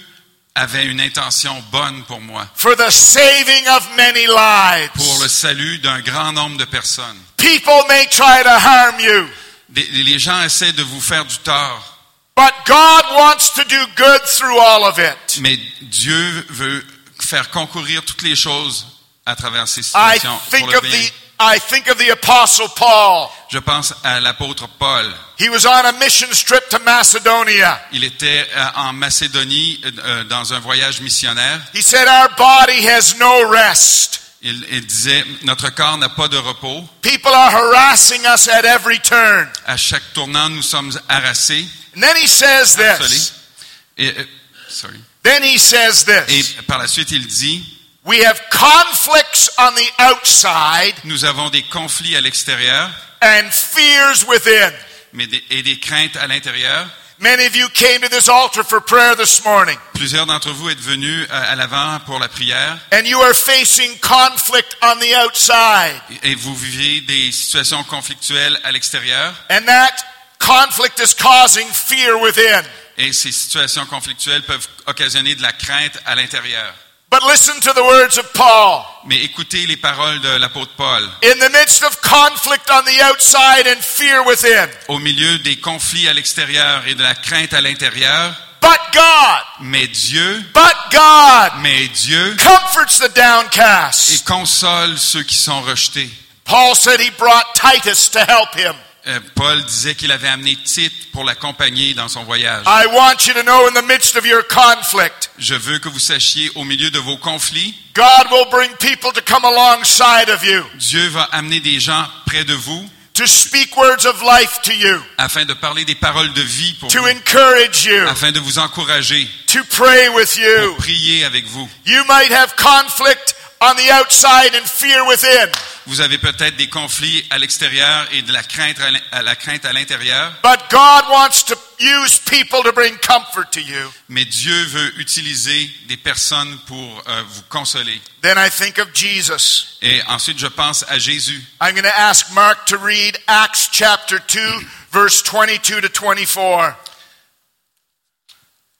Speaker 5: avait une intention bonne pour moi,
Speaker 2: for the saving of many lives.
Speaker 5: pour le salut d'un grand nombre de personnes.
Speaker 2: People may try to harm you,
Speaker 5: Des- Les gens essaient de vous faire du tort.
Speaker 2: but God wants to do good through all of it.
Speaker 5: Mais Dieu veut faire concourir toutes les choses à travers ces
Speaker 2: I
Speaker 5: situations pour
Speaker 2: think
Speaker 5: le
Speaker 2: of
Speaker 5: bien.
Speaker 2: the I think of the apostle Paul.
Speaker 5: Je pense à l'apôtre Paul.
Speaker 2: He was on a missions trip to Macedonia.
Speaker 5: Il était euh, en Macédonie euh, dans un voyage missionnaire.
Speaker 2: He said our body has no rest.
Speaker 5: Il, il disait, notre corps n'a pas de repos.
Speaker 2: People are harassing us at every turn.
Speaker 5: À chaque tournant, nous sommes harassés.
Speaker 2: And then he says
Speaker 5: harcelés.
Speaker 2: this.
Speaker 5: Et, euh, sorry.
Speaker 2: Then he says
Speaker 5: Et
Speaker 2: this.
Speaker 5: par la suite, il dit,
Speaker 2: We have conflicts on the outside
Speaker 5: nous avons des conflits à l'extérieur
Speaker 2: and fears within.
Speaker 5: mais des- et des craintes à l'intérieur.
Speaker 2: Many of you came to this altar for prayer this morning,
Speaker 5: Plusieurs d'entre vous êtes venus euh, à l'avant pour la prière.
Speaker 2: and you are facing conflict on the outside,
Speaker 5: et vous vivez des situations conflictuelles à l'extérieur
Speaker 2: and that conflict is causing fear within.
Speaker 5: et ces situations conflictuelles peuvent occasionner de la crainte à l'intérieur.
Speaker 2: But listen to the words of Paul.
Speaker 5: Mais écoutez les paroles de l'apôtre Paul.
Speaker 2: In the midst of conflict on the outside and fear within,
Speaker 5: Au milieu des conflits à l'extérieur et de la crainte à l'intérieur,
Speaker 2: but God,
Speaker 5: mais Dieu,
Speaker 2: but God
Speaker 5: mais Dieu,
Speaker 2: comforts the
Speaker 5: et
Speaker 2: downcast.
Speaker 5: console ceux qui sont rejetés.
Speaker 2: Paul said he brought Titus to help him.
Speaker 5: Euh, Paul disait qu'il avait amené Tite pour l'accompagner dans son voyage.
Speaker 2: I want you to know in the midst of your conflict,
Speaker 5: Je veux que vous sachiez, au milieu de vos conflits,
Speaker 2: God will bring people to come alongside of you,
Speaker 5: Dieu va amener des gens près de vous
Speaker 2: to speak words of life to you,
Speaker 5: afin de parler des paroles de vie pour
Speaker 2: to
Speaker 5: vous.
Speaker 2: encourage you,
Speaker 5: afin de vous encourager,
Speaker 2: to pray with you.
Speaker 5: pour prier avec vous.
Speaker 2: You might have conflict on the outside and fear within.
Speaker 5: Vous avez peut-être des conflits à l'extérieur et de la crainte à l'in- à la crainte à l'intérieur,
Speaker 2: But God wants to use people to bring comfort to you.
Speaker 5: mais Dieu veut utiliser des personnes pour euh, vous consoler.
Speaker 2: Then I think of Jesus.
Speaker 5: Et ensuite, je pense à Jésus.
Speaker 2: I'm going to ask Mark to read Acts chapter 2, verse 22 to 24.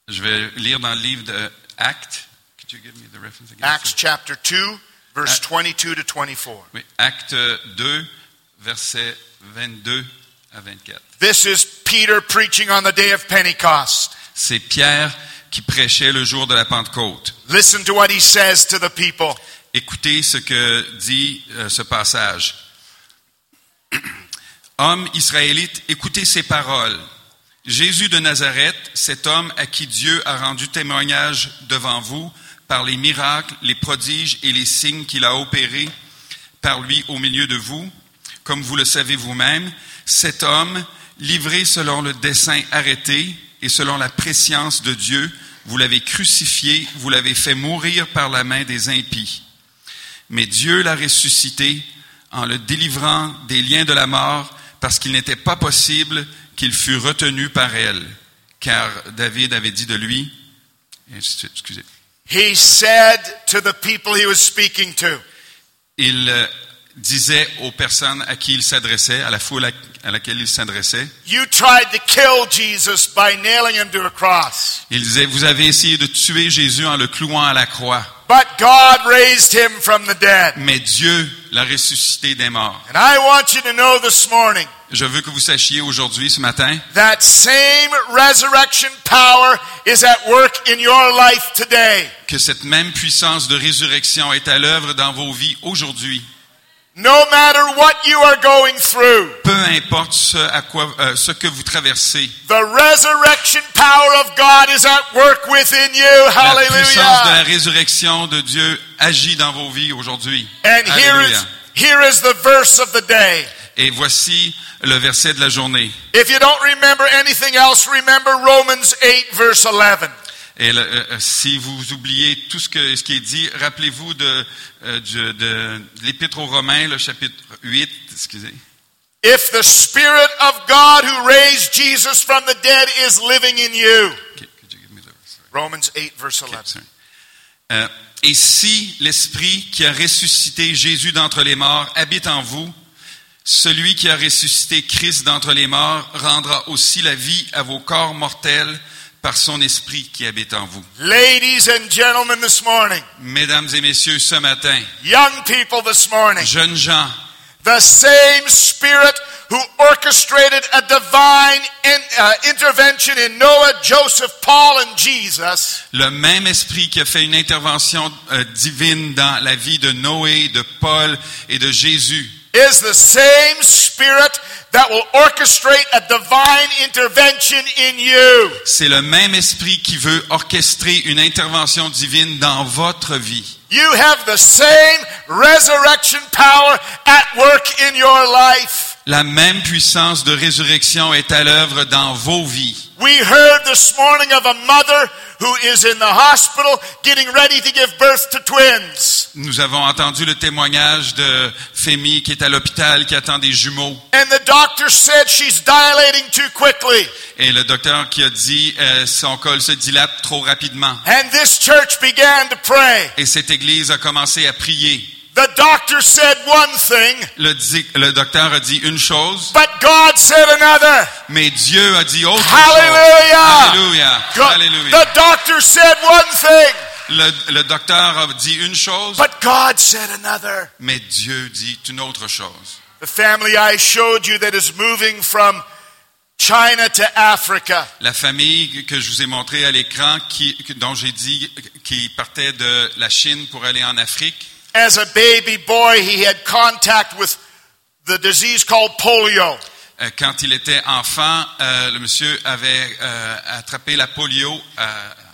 Speaker 5: Je vais lire dans le livre de Actes. Could you give me the reference again?
Speaker 2: Acts chapter 2, verse 22 to 24.
Speaker 5: Oui, Acte 2, versets 22 à 24.
Speaker 2: This is Peter preaching on the day of Pentecost.
Speaker 5: C'est Pierre qui prêchait le jour de la Pentecôte.
Speaker 2: Listen to what he says to the people.
Speaker 5: Écoutez ce que dit euh, ce passage. Hommes israélites, écoutez ces paroles. Jésus de Nazareth, cet homme à qui Dieu a rendu témoignage devant vous par les miracles, les prodiges et les signes qu'il a opérés par lui au milieu de vous, comme vous le savez vous-même, cet homme, livré selon le dessein arrêté et selon la prescience de Dieu, vous l'avez crucifié, vous l'avez fait mourir par la main des impies. Mais Dieu l'a ressuscité en le délivrant des liens de la mort parce qu'il n'était pas possible qu'il fût retenu par elle. Car David avait dit de lui, et ainsi de suite, excusez,
Speaker 2: He said to the people he was speaking to,
Speaker 5: il euh, disait aux personnes à qui il s'adressait, à la foule à- à laquelle il s'adressait,
Speaker 2: You tried to kill Jesus by nailing him to a cross,
Speaker 5: il disait, vous avez essayé de tuer Jésus en le clouant à la croix,
Speaker 2: but God raised him from the dead.
Speaker 5: mais Dieu l'a ressuscité des morts.
Speaker 2: And I want you to know this morning
Speaker 5: Je veux que vous sachiez aujourd'hui, ce matin,
Speaker 2: that same resurrection power is at work in your life today.
Speaker 5: que cette même puissance de résurrection est à l'œuvre dans vos vies aujourd'hui.
Speaker 2: No matter what you are going through,
Speaker 5: Peu importe ce, à quoi, euh, ce que vous traversez,
Speaker 2: the resurrection power of God is at work within you.
Speaker 5: la puissance de la
Speaker 2: Hallelujah.
Speaker 5: résurrection de Dieu agit dans vos vies aujourd'hui.
Speaker 2: And here
Speaker 5: Alléluia.
Speaker 2: is, here is the verse of the day.
Speaker 5: Et voici le verset de la journée.
Speaker 2: If you don't remember anything else, remember Romans 8, verse 11.
Speaker 5: Et le- euh, euh, si vous oubliez tout ce, que- ce qui est dit, rappelez-vous de, euh, du- de l'Épître aux Romains, le chapitre 8, excusez.
Speaker 2: If the Spirit of God who raised Jesus from the dead is living in you.
Speaker 5: Okay, could you give me the verse?
Speaker 2: Romans 8, verse 11.
Speaker 5: Ok, sorry. Euh, et si l'Esprit qui a ressuscité Jésus d'entre les morts habite en vous, celui qui a ressuscité Christ d'entre les morts rendra aussi la vie à vos corps mortels par son Esprit qui habite en vous.
Speaker 2: Ladies and gentlemen, this morning,
Speaker 5: Mesdames et messieurs, ce matin,
Speaker 2: young people this morning,
Speaker 5: jeunes gens,
Speaker 2: the same Spirit who orchestrated a divine in- uh, intervention in Noah, Joseph, Paul, and Jesus
Speaker 5: le même esprit qui a fait une intervention euh, divine dans la vie de Noé, de Paul et de Jésus
Speaker 2: is the same Spirit that will orchestrate a divine intervention in you.
Speaker 5: C'est le même esprit qui veut orchestrer une intervention divine dans votre vie.
Speaker 2: You have the same resurrection power at work in your life.
Speaker 5: La même puissance de résurrection est à l'œuvre dans vos vies.
Speaker 2: We heard this morning of a mother who is in the hospital getting ready to give birth to twins.
Speaker 5: Nous avons entendu le témoignage de Fémi qui est à l'hôpital, qui attend des jumeaux.
Speaker 2: And the doctor said she's dilating too quickly.
Speaker 5: Et le docteur qui a dit euh, son col se dilate trop rapidement.
Speaker 2: And this church began to pray.
Speaker 5: Et cette église a commencé à prier.
Speaker 2: The doctor said one thing,
Speaker 5: Le, di- le docteur a dit une chose,
Speaker 2: but God said another.
Speaker 5: mais Dieu a dit autre chose.
Speaker 2: Hallelujah!
Speaker 5: Alléluia.
Speaker 2: Go-
Speaker 5: Alléluia.
Speaker 2: The doctor said one thing,
Speaker 5: Le- le docteur a dit une chose,
Speaker 2: but God said another.
Speaker 5: Mais Dieu dit une autre chose.
Speaker 2: The family I showed you that is moving from China to Africa.
Speaker 5: La famille que je vous ai montrée à l'écran, qui, que- dont j'ai dit qui partait de la Chine pour aller en Afrique,
Speaker 2: As a baby boy, he had contact with the disease called polio.
Speaker 5: euh, quand il était enfant, euh, le monsieur avait euh, attrapé la polio euh,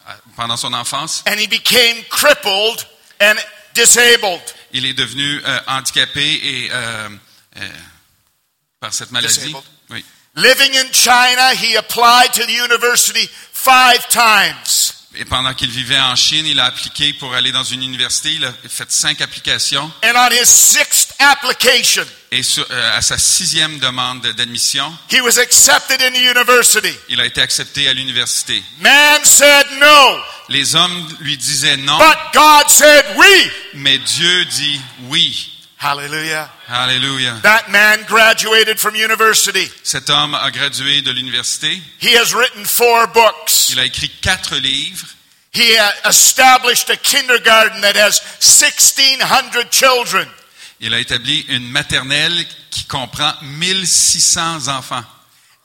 Speaker 5: à- pendant son enfance.
Speaker 2: And he became crippled and disabled.
Speaker 5: Il est devenu euh, handicapé et, euh, euh, par cette maladie.
Speaker 2: Disabled.
Speaker 5: Oui.
Speaker 2: Living in China, he applied to the university five times.
Speaker 5: Et pendant qu'il vivait en Chine, il a appliqué pour aller dans une université. Il a fait cinq applications.
Speaker 2: And on his sixth application,
Speaker 5: Et sur- euh, à sa sixième demande d'admission,
Speaker 2: he was accepted in the university.
Speaker 5: il a été accepté à l'université.
Speaker 2: Man said no,
Speaker 5: Les hommes lui disaient non,
Speaker 2: but God said we.
Speaker 5: mais Dieu dit oui.
Speaker 2: Hallelujah.
Speaker 5: Alléluia.
Speaker 2: That man graduated from university.
Speaker 5: Cet homme a gradué de l'université.
Speaker 2: He has written four books.
Speaker 5: Il a écrit quatre livres.
Speaker 2: He uh, established a kindergarten that has 1,600 children.
Speaker 5: Il a établi une maternelle qui comprend 1600 enfants.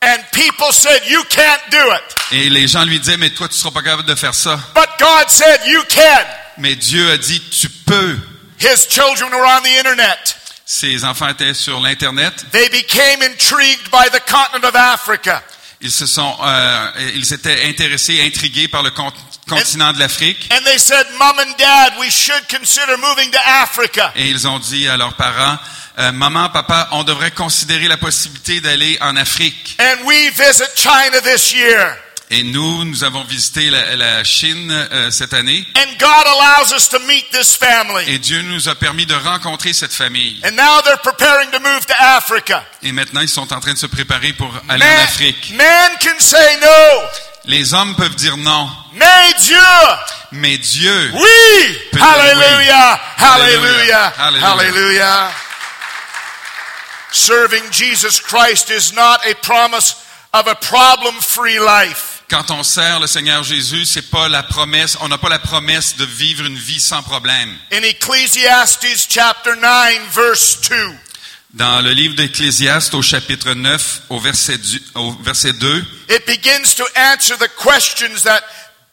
Speaker 2: And people said, You can't do it.
Speaker 5: Et les gens lui disaient, mais toi, tu seras pas capable de faire ça.
Speaker 2: But God said, You can.
Speaker 5: Mais Dieu a dit, tu peux.
Speaker 2: His children were on the internet.
Speaker 5: Ses enfants étaient sur l'Internet.
Speaker 2: They became intrigued by the continent of Africa.
Speaker 5: Ils se sont, euh, ils étaient intéressés, intrigués par le con- continent de l'Afrique.
Speaker 2: And they said, Mom and Dad, we should consider moving to Africa.
Speaker 5: Et ils ont dit à leurs parents, euh, maman, papa, on devrait considérer la possibilité d'aller en Afrique.
Speaker 2: And we visit China this year.
Speaker 5: Et nous, nous avons visité la, la Chine euh, cette année.
Speaker 2: And God allows us to meet this family.
Speaker 5: Et Dieu nous a permis de rencontrer cette famille.
Speaker 2: And now they're preparing to move to Africa.
Speaker 5: Et maintenant, ils sont en train de se préparer pour aller en
Speaker 2: Man,
Speaker 5: Afrique.
Speaker 2: man can say no.
Speaker 5: Les hommes peuvent dire non,
Speaker 2: Mais Dieu,
Speaker 5: mais Dieu,
Speaker 2: oui.
Speaker 5: Peut dire
Speaker 2: Hallelujah.
Speaker 5: Hallelujah.
Speaker 2: Hallelujah.
Speaker 5: Hallelujah.
Speaker 2: Hallelujah. Serving Jesus Christ is not a promise of a problem-free life.
Speaker 5: quand on sert le Seigneur Jésus, c'est pas la promesse, on n'a pas la promesse de vivre une vie sans problème.
Speaker 2: In Ecclesiastes chapter 9 verse 2,
Speaker 5: Dans le livre d'Ecclésiaste, au chapitre 9, au verset, du- au verset 2,
Speaker 2: it begins to answer the questions that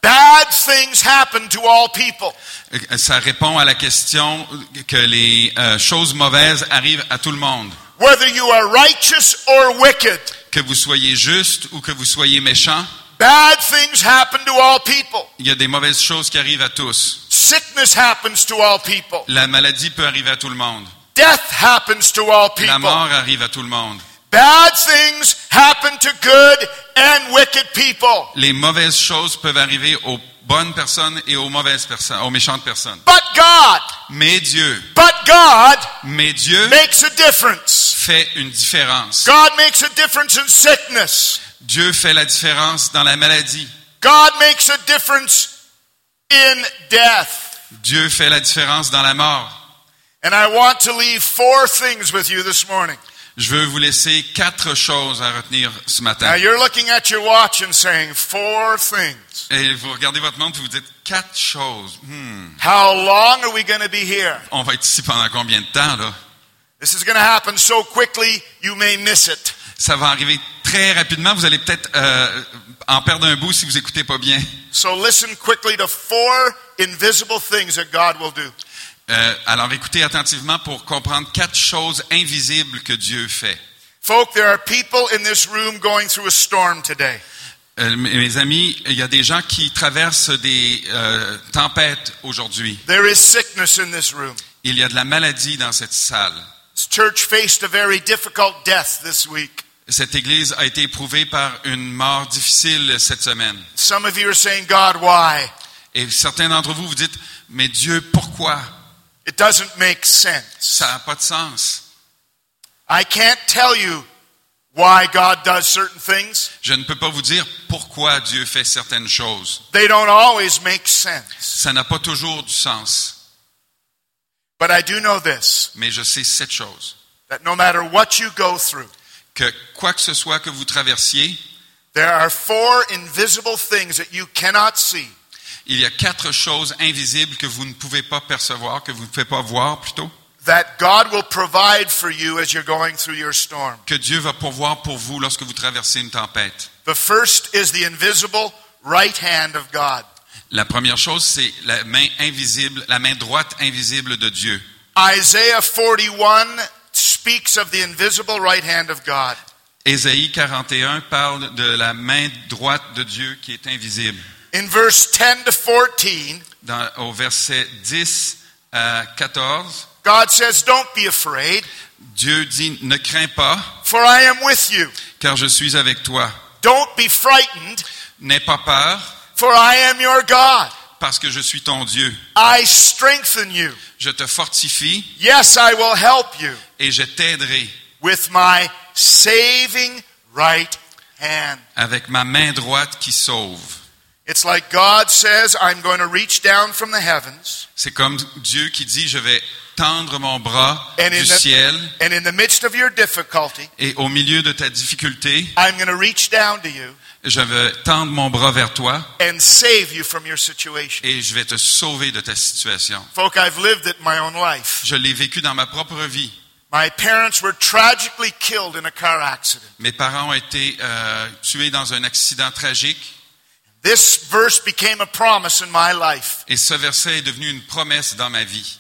Speaker 2: bad things happen to all people.
Speaker 5: euh, ça répond à la question que les euh, choses mauvaises arrivent à tout le monde.
Speaker 2: Whether you are righteous or wicked,
Speaker 5: Que vous soyez juste ou que vous soyez méchant,
Speaker 2: bad things happen to all people.
Speaker 5: il y a des mauvaises choses qui arrivent à tous.
Speaker 2: Sickness happens to all people.
Speaker 5: La maladie peut arriver à tout le monde.
Speaker 2: Death happens to all
Speaker 5: La
Speaker 2: people.
Speaker 5: mort arrive à tout le monde.
Speaker 2: Bad things happen to good and wicked people.
Speaker 5: Les mauvaises choses peuvent arriver aux bonnes personnes et aux mauvaises personnes, aux méchantes personnes.
Speaker 2: But God,
Speaker 5: Mais Dieu,
Speaker 2: but God
Speaker 5: mais Dieu
Speaker 2: makes a difference.
Speaker 5: fait une différence.
Speaker 2: God makes a difference in sickness.
Speaker 5: Dieu fait la différence dans la maladie.
Speaker 2: God makes a difference in death.
Speaker 5: Dieu fait la différence dans la mort.
Speaker 2: And I want to leave four things with you this morning.
Speaker 5: Je veux vous laisser quatre choses à retenir ce
Speaker 2: Now
Speaker 5: matin.
Speaker 2: you're looking at your watch and saying four things.
Speaker 5: Et vous regardez votre montre et vous dites quatre choses. Hmm,
Speaker 2: How long are we going to be here?
Speaker 5: on va être ici pendant combien de temps là
Speaker 2: This is going to happen so quickly you may miss it.
Speaker 5: Ça va arriver très rapidement. Vous allez peut-être euh, en perdre un bout si vous écoutez pas bien.
Speaker 2: So listen quickly to four invisible things that God will do.
Speaker 5: Euh, alors écoutez attentivement pour comprendre quatre choses invisibles que Dieu fait.
Speaker 2: Folk, there are people in this room going through a storm today.
Speaker 5: Euh, mes mes amis, il y a des gens qui traversent des euh, tempêtes aujourd'hui.
Speaker 2: There is sickness in this room.
Speaker 5: Il y a de la maladie dans cette salle.
Speaker 2: This church faced a very difficult death this week.
Speaker 5: Cette église a été éprouvée par une mort difficile cette semaine.
Speaker 2: Some of you are saying, God, why?
Speaker 5: Et certains d'entre vous vous dites, mais Dieu, pourquoi?
Speaker 2: It doesn't make sense.
Speaker 5: Ça n'a pas de sens.
Speaker 2: I can't tell you why God does certain things.
Speaker 5: Je ne peux pas vous dire pourquoi Dieu fait certaines choses.
Speaker 2: They don't always make sense.
Speaker 5: Ça n'a pas toujours du sens.
Speaker 2: But I do know this
Speaker 5: Mais je sais cette chose,
Speaker 2: that no matter what you go through,
Speaker 5: que quoi que ce soit que vous traversiez,
Speaker 2: there are four invisible things that you cannot see
Speaker 5: Il y a quatre choses invisibles que vous ne pouvez pas percevoir, que vous ne pouvez pas voir plutôt,
Speaker 2: that God will provide for you as you're going through your storm.
Speaker 5: que Dieu va pourvoir pour vous lorsque vous traversez une tempête.
Speaker 2: The first is the invisible right hand of God.
Speaker 5: La première chose, c'est la main invisible, la main droite invisible de Dieu.
Speaker 2: Isaiah 41 speaks of the invisible right hand of God.
Speaker 5: Ésaïe 41 parle de la main droite de Dieu qui est invisible.
Speaker 2: In verse 10 to 14,
Speaker 5: Dans, au verset 10 à 14,
Speaker 2: God says, Don't be afraid,
Speaker 5: Dieu dit, ne crains pas,
Speaker 2: for I am with you.
Speaker 5: car je suis avec toi.
Speaker 2: Don't be frightened,
Speaker 5: N'aie pas peur,
Speaker 2: For I am your God.
Speaker 5: parce que je suis ton Dieu.
Speaker 2: I strengthen you.
Speaker 5: Je te fortifie
Speaker 2: Yes, I will help you
Speaker 5: et je t'aiderai
Speaker 2: with my saving right hand.
Speaker 5: avec ma main droite qui sauve.
Speaker 2: It's like God says, I'm going to reach down from the heavens,
Speaker 5: C'est comme Dieu qui dit, je vais tendre mon bras
Speaker 2: And in
Speaker 5: du
Speaker 2: the-
Speaker 5: ciel
Speaker 2: and in the midst of your difficulty,
Speaker 5: et au milieu de ta difficulté,
Speaker 2: I'm going to reach down to you
Speaker 5: je vais tendre mon bras vers toi
Speaker 2: and save you from your situation.
Speaker 5: et je vais te sauver de ta situation.
Speaker 2: Folk, I've lived it in my own life.
Speaker 5: Je l'ai vécu dans ma propre vie.
Speaker 2: My parents were tragically killed in a car accident.
Speaker 5: Mes parents ont été euh, tués dans un accident tragique
Speaker 2: This verse became a promise in my life.
Speaker 5: et ce verset est devenu une promesse dans ma vie.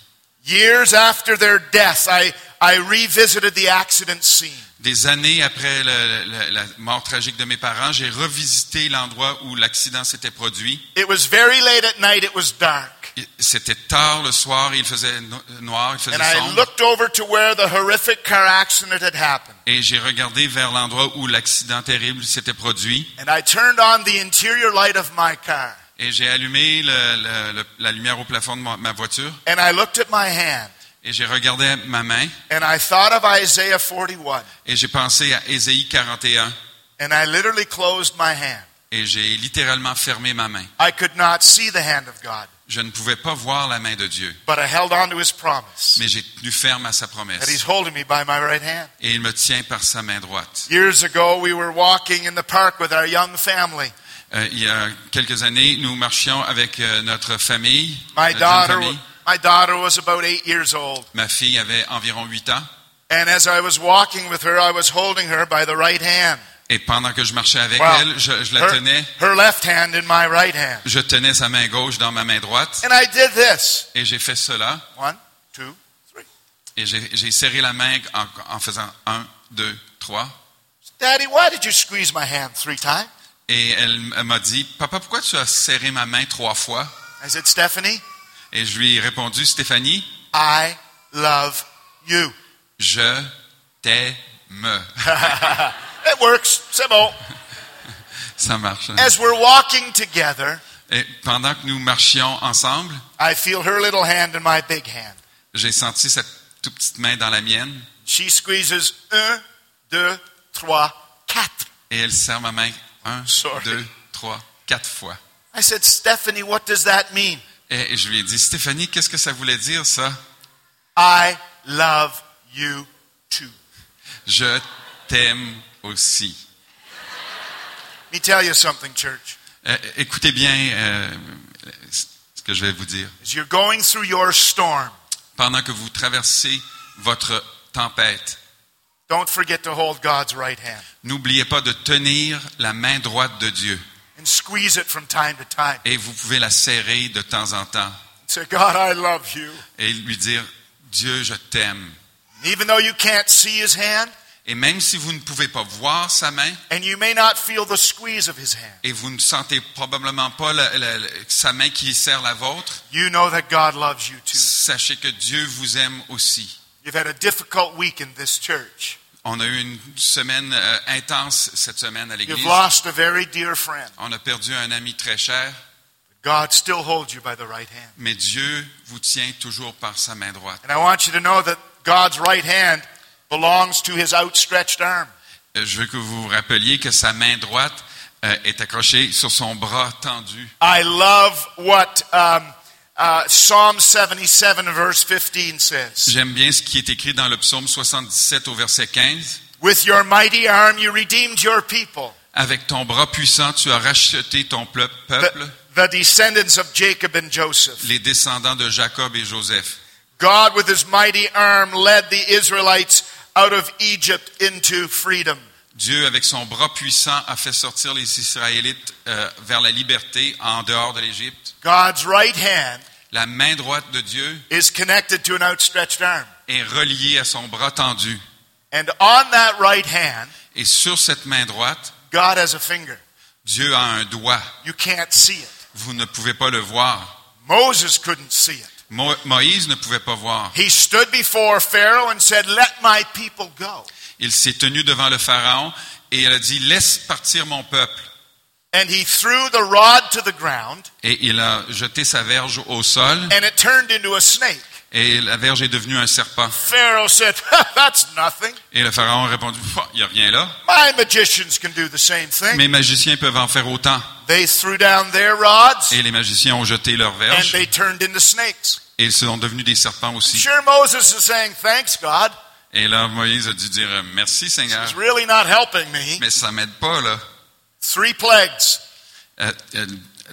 Speaker 2: Years after their death, I, I revisited the accident scene.
Speaker 5: Des années après le- le- la mort tragique de mes parents, j'ai revisité l'endroit où l'accident s'était produit.
Speaker 2: It was very late at night, it was dark.
Speaker 5: Il- C'était tard le soir, il faisait no- noir, il faisait
Speaker 2: And I
Speaker 5: sombre.
Speaker 2: looked over to where the horrific car accident had happened.
Speaker 5: Et j'ai regardé vers l'endroit où l'accident terrible s'était produit.
Speaker 2: And I turned on the interior light of my car.
Speaker 5: Et j'ai allumé le- le- le- la lumière au plafond de ma, ma voiture.
Speaker 2: And I looked at my hand.
Speaker 5: Et j'ai regardé ma main.
Speaker 2: And I thought of Isaiah 41.
Speaker 5: Et j'ai pensé à Ésaïe 41.
Speaker 2: And I literally closed my hand.
Speaker 5: Et j'ai littéralement fermé ma main.
Speaker 2: I could not see the hand of God,
Speaker 5: Je ne pouvais pas voir la main de Dieu.
Speaker 2: but I held on to his promise
Speaker 5: Mais j'ai tenu ferme à sa
Speaker 2: that he's
Speaker 5: promesse.
Speaker 2: holding me by my right hand.
Speaker 5: Et il me tient par sa main droite.
Speaker 2: Years ago, we were walking in the park with our young family.
Speaker 5: Euh, il y a quelques années, nous marchions avec euh, notre famille.
Speaker 2: My
Speaker 5: notre jeune
Speaker 2: daughter,
Speaker 5: famille.
Speaker 2: my daughter was about eight years old.
Speaker 5: Ma fille avait environ 8 ans.
Speaker 2: And as I was walking with her, I was holding her by the right hand,
Speaker 5: Et pendant que je marchais avec
Speaker 2: Wow.
Speaker 5: elle, je, je la
Speaker 2: Her-
Speaker 5: tenais.
Speaker 2: her left hand in my right hand.
Speaker 5: Je tenais sa main gauche dans ma main droite.
Speaker 2: And I did this.
Speaker 5: Et j'ai fait cela.
Speaker 2: One, two, three.
Speaker 5: Et j'ai j'ai serré la main en, en faisant un, deux, trois.
Speaker 2: Daddy, why did you squeeze my hand three times?
Speaker 5: Et elle, m- elle m'a dit, papa, pourquoi tu as serré ma main trois fois?
Speaker 2: I said, Stephanie,
Speaker 5: Et je lui ai répondu, Stéphanie,
Speaker 2: I love you.
Speaker 5: je t'aime.
Speaker 2: it works. C'est bon.
Speaker 5: Ça marche. hein?
Speaker 2: As we're walking together,
Speaker 5: Et pendant que nous marchions ensemble,
Speaker 2: I feel her little hand in my big hand.
Speaker 5: j'ai senti sa toute petite main dans la mienne
Speaker 2: She squeezes un, deux, trois, quatre.
Speaker 5: et elle serre ma main un,
Speaker 2: Sorry.
Speaker 5: deux, trois, quatre fois.
Speaker 2: I said, Stephanie, what does that mean?
Speaker 5: Et je lui ai dit, Stéphanie, qu'est-ce que ça voulait dire ça?
Speaker 2: I love you too.
Speaker 5: Je t'aime aussi.
Speaker 2: Let me tell you something, church.
Speaker 5: Euh, écoutez bien euh, ce que je vais vous dire.
Speaker 2: As you're going through your storm,
Speaker 5: Pendant que vous traversez votre tempête,
Speaker 2: don't forget to hold God's right hand
Speaker 5: n'oubliez pas de tenir la main droite de Dieu
Speaker 2: and squeeze it from time to time.
Speaker 5: et vous pouvez la serrer de temps en temps
Speaker 2: Say, God, I love you.
Speaker 5: et lui dire Dieu, je t'aime.
Speaker 2: And even though you can't see his hand,
Speaker 5: Et même si vous ne pouvez pas voir sa main
Speaker 2: and you may not feel the squeeze of his hand,
Speaker 5: et vous ne sentez probablement pas la- la- la- sa main qui serre la vôtre,
Speaker 2: you know that God loves you too.
Speaker 5: sachez que Dieu vous aime aussi.
Speaker 2: You've had a difficult week in this church.
Speaker 5: On a eu une semaine euh, intense cette semaine à
Speaker 2: You've
Speaker 5: l'église.
Speaker 2: lost a very dear friend.
Speaker 5: On a perdu un ami très cher.
Speaker 2: God still holds you by the right hand.
Speaker 5: Mais Dieu vous tient toujours par sa main droite.
Speaker 2: And I want you to know that God's right hand belongs to his outstretched arm.
Speaker 5: Euh, Je veux que vous vous rappeliez que sa main droite euh, est accrochée sur son bras tendu.
Speaker 2: I love what um, uh, Psalm 77, verse 15 says
Speaker 5: J'aime bien ce qui est écrit dans le psaume 77 au verset 15.
Speaker 2: With your mighty arm you redeemed your people,
Speaker 5: Avec ton bras puissant, tu as racheté ton pleu- peuple,
Speaker 2: the, the descendants of Jacob and Joseph.
Speaker 5: les descendants de Jacob et Joseph.
Speaker 2: God, with his mighty arm, led the Israelites out of Egypt into freedom.
Speaker 5: Dieu, avec son bras puissant, a fait sortir les Israélites euh, vers la liberté en dehors de l'Égypte.
Speaker 2: God's right hand
Speaker 5: La main droite de Dieu
Speaker 2: is connected to an outstretched arm.
Speaker 5: est reliée à son bras tendu.
Speaker 2: And on that right hand,
Speaker 5: Et sur cette main droite,
Speaker 2: God has a finger.
Speaker 5: Dieu a un doigt.
Speaker 2: You can't see it.
Speaker 5: Vous ne pouvez pas le voir.
Speaker 2: Moses couldn't see it.
Speaker 5: Mo- Moïse ne pouvait pas voir.
Speaker 2: He stood before Pharaoh and said, Let my people go.
Speaker 5: Il s'est tenu devant le Pharaon et il a dit, laisse partir mon peuple.
Speaker 2: and he threw the rod to the ground,
Speaker 5: Et il a jeté sa verge au sol,
Speaker 2: and it turned into a snake.
Speaker 5: et la verge est devenue un serpent.
Speaker 2: Pharaoh said, "Ha, That's nothing.
Speaker 5: Et le pharaon a répondu, Pouah, il n'y a rien là.
Speaker 2: My magicians can do the same thing.
Speaker 5: Mes magiciens peuvent en faire autant.
Speaker 2: They threw down their rods,
Speaker 5: Et les magiciens ont jeté leur
Speaker 2: and
Speaker 5: verge,
Speaker 2: they turned into snakes.
Speaker 5: et ils sont devenus des serpents aussi.
Speaker 2: Sure, Moses is saying, Thanks, God.
Speaker 5: Et là, Moïse a dû dire, euh, merci Seigneur,
Speaker 2: He's really not helping me.
Speaker 5: mais ça m'aide pas, là.
Speaker 2: Three plagues.
Speaker 5: Euh, euh,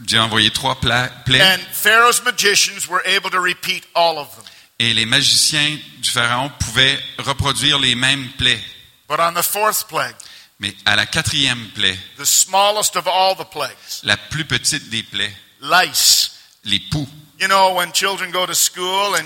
Speaker 5: J'ai envoyé trois pla- plaies,
Speaker 2: And Pharaoh's magicians were able to repeat all of them.
Speaker 5: et les magiciens du pharaon pouvaient reproduire les mêmes plaies.
Speaker 2: But on the fourth plague,
Speaker 5: Mais à la quatrième plaie,
Speaker 2: the smallest of all the plagues,
Speaker 5: la plus petite des plaies,
Speaker 2: lice.
Speaker 5: les poux.
Speaker 2: You know, when children go to school and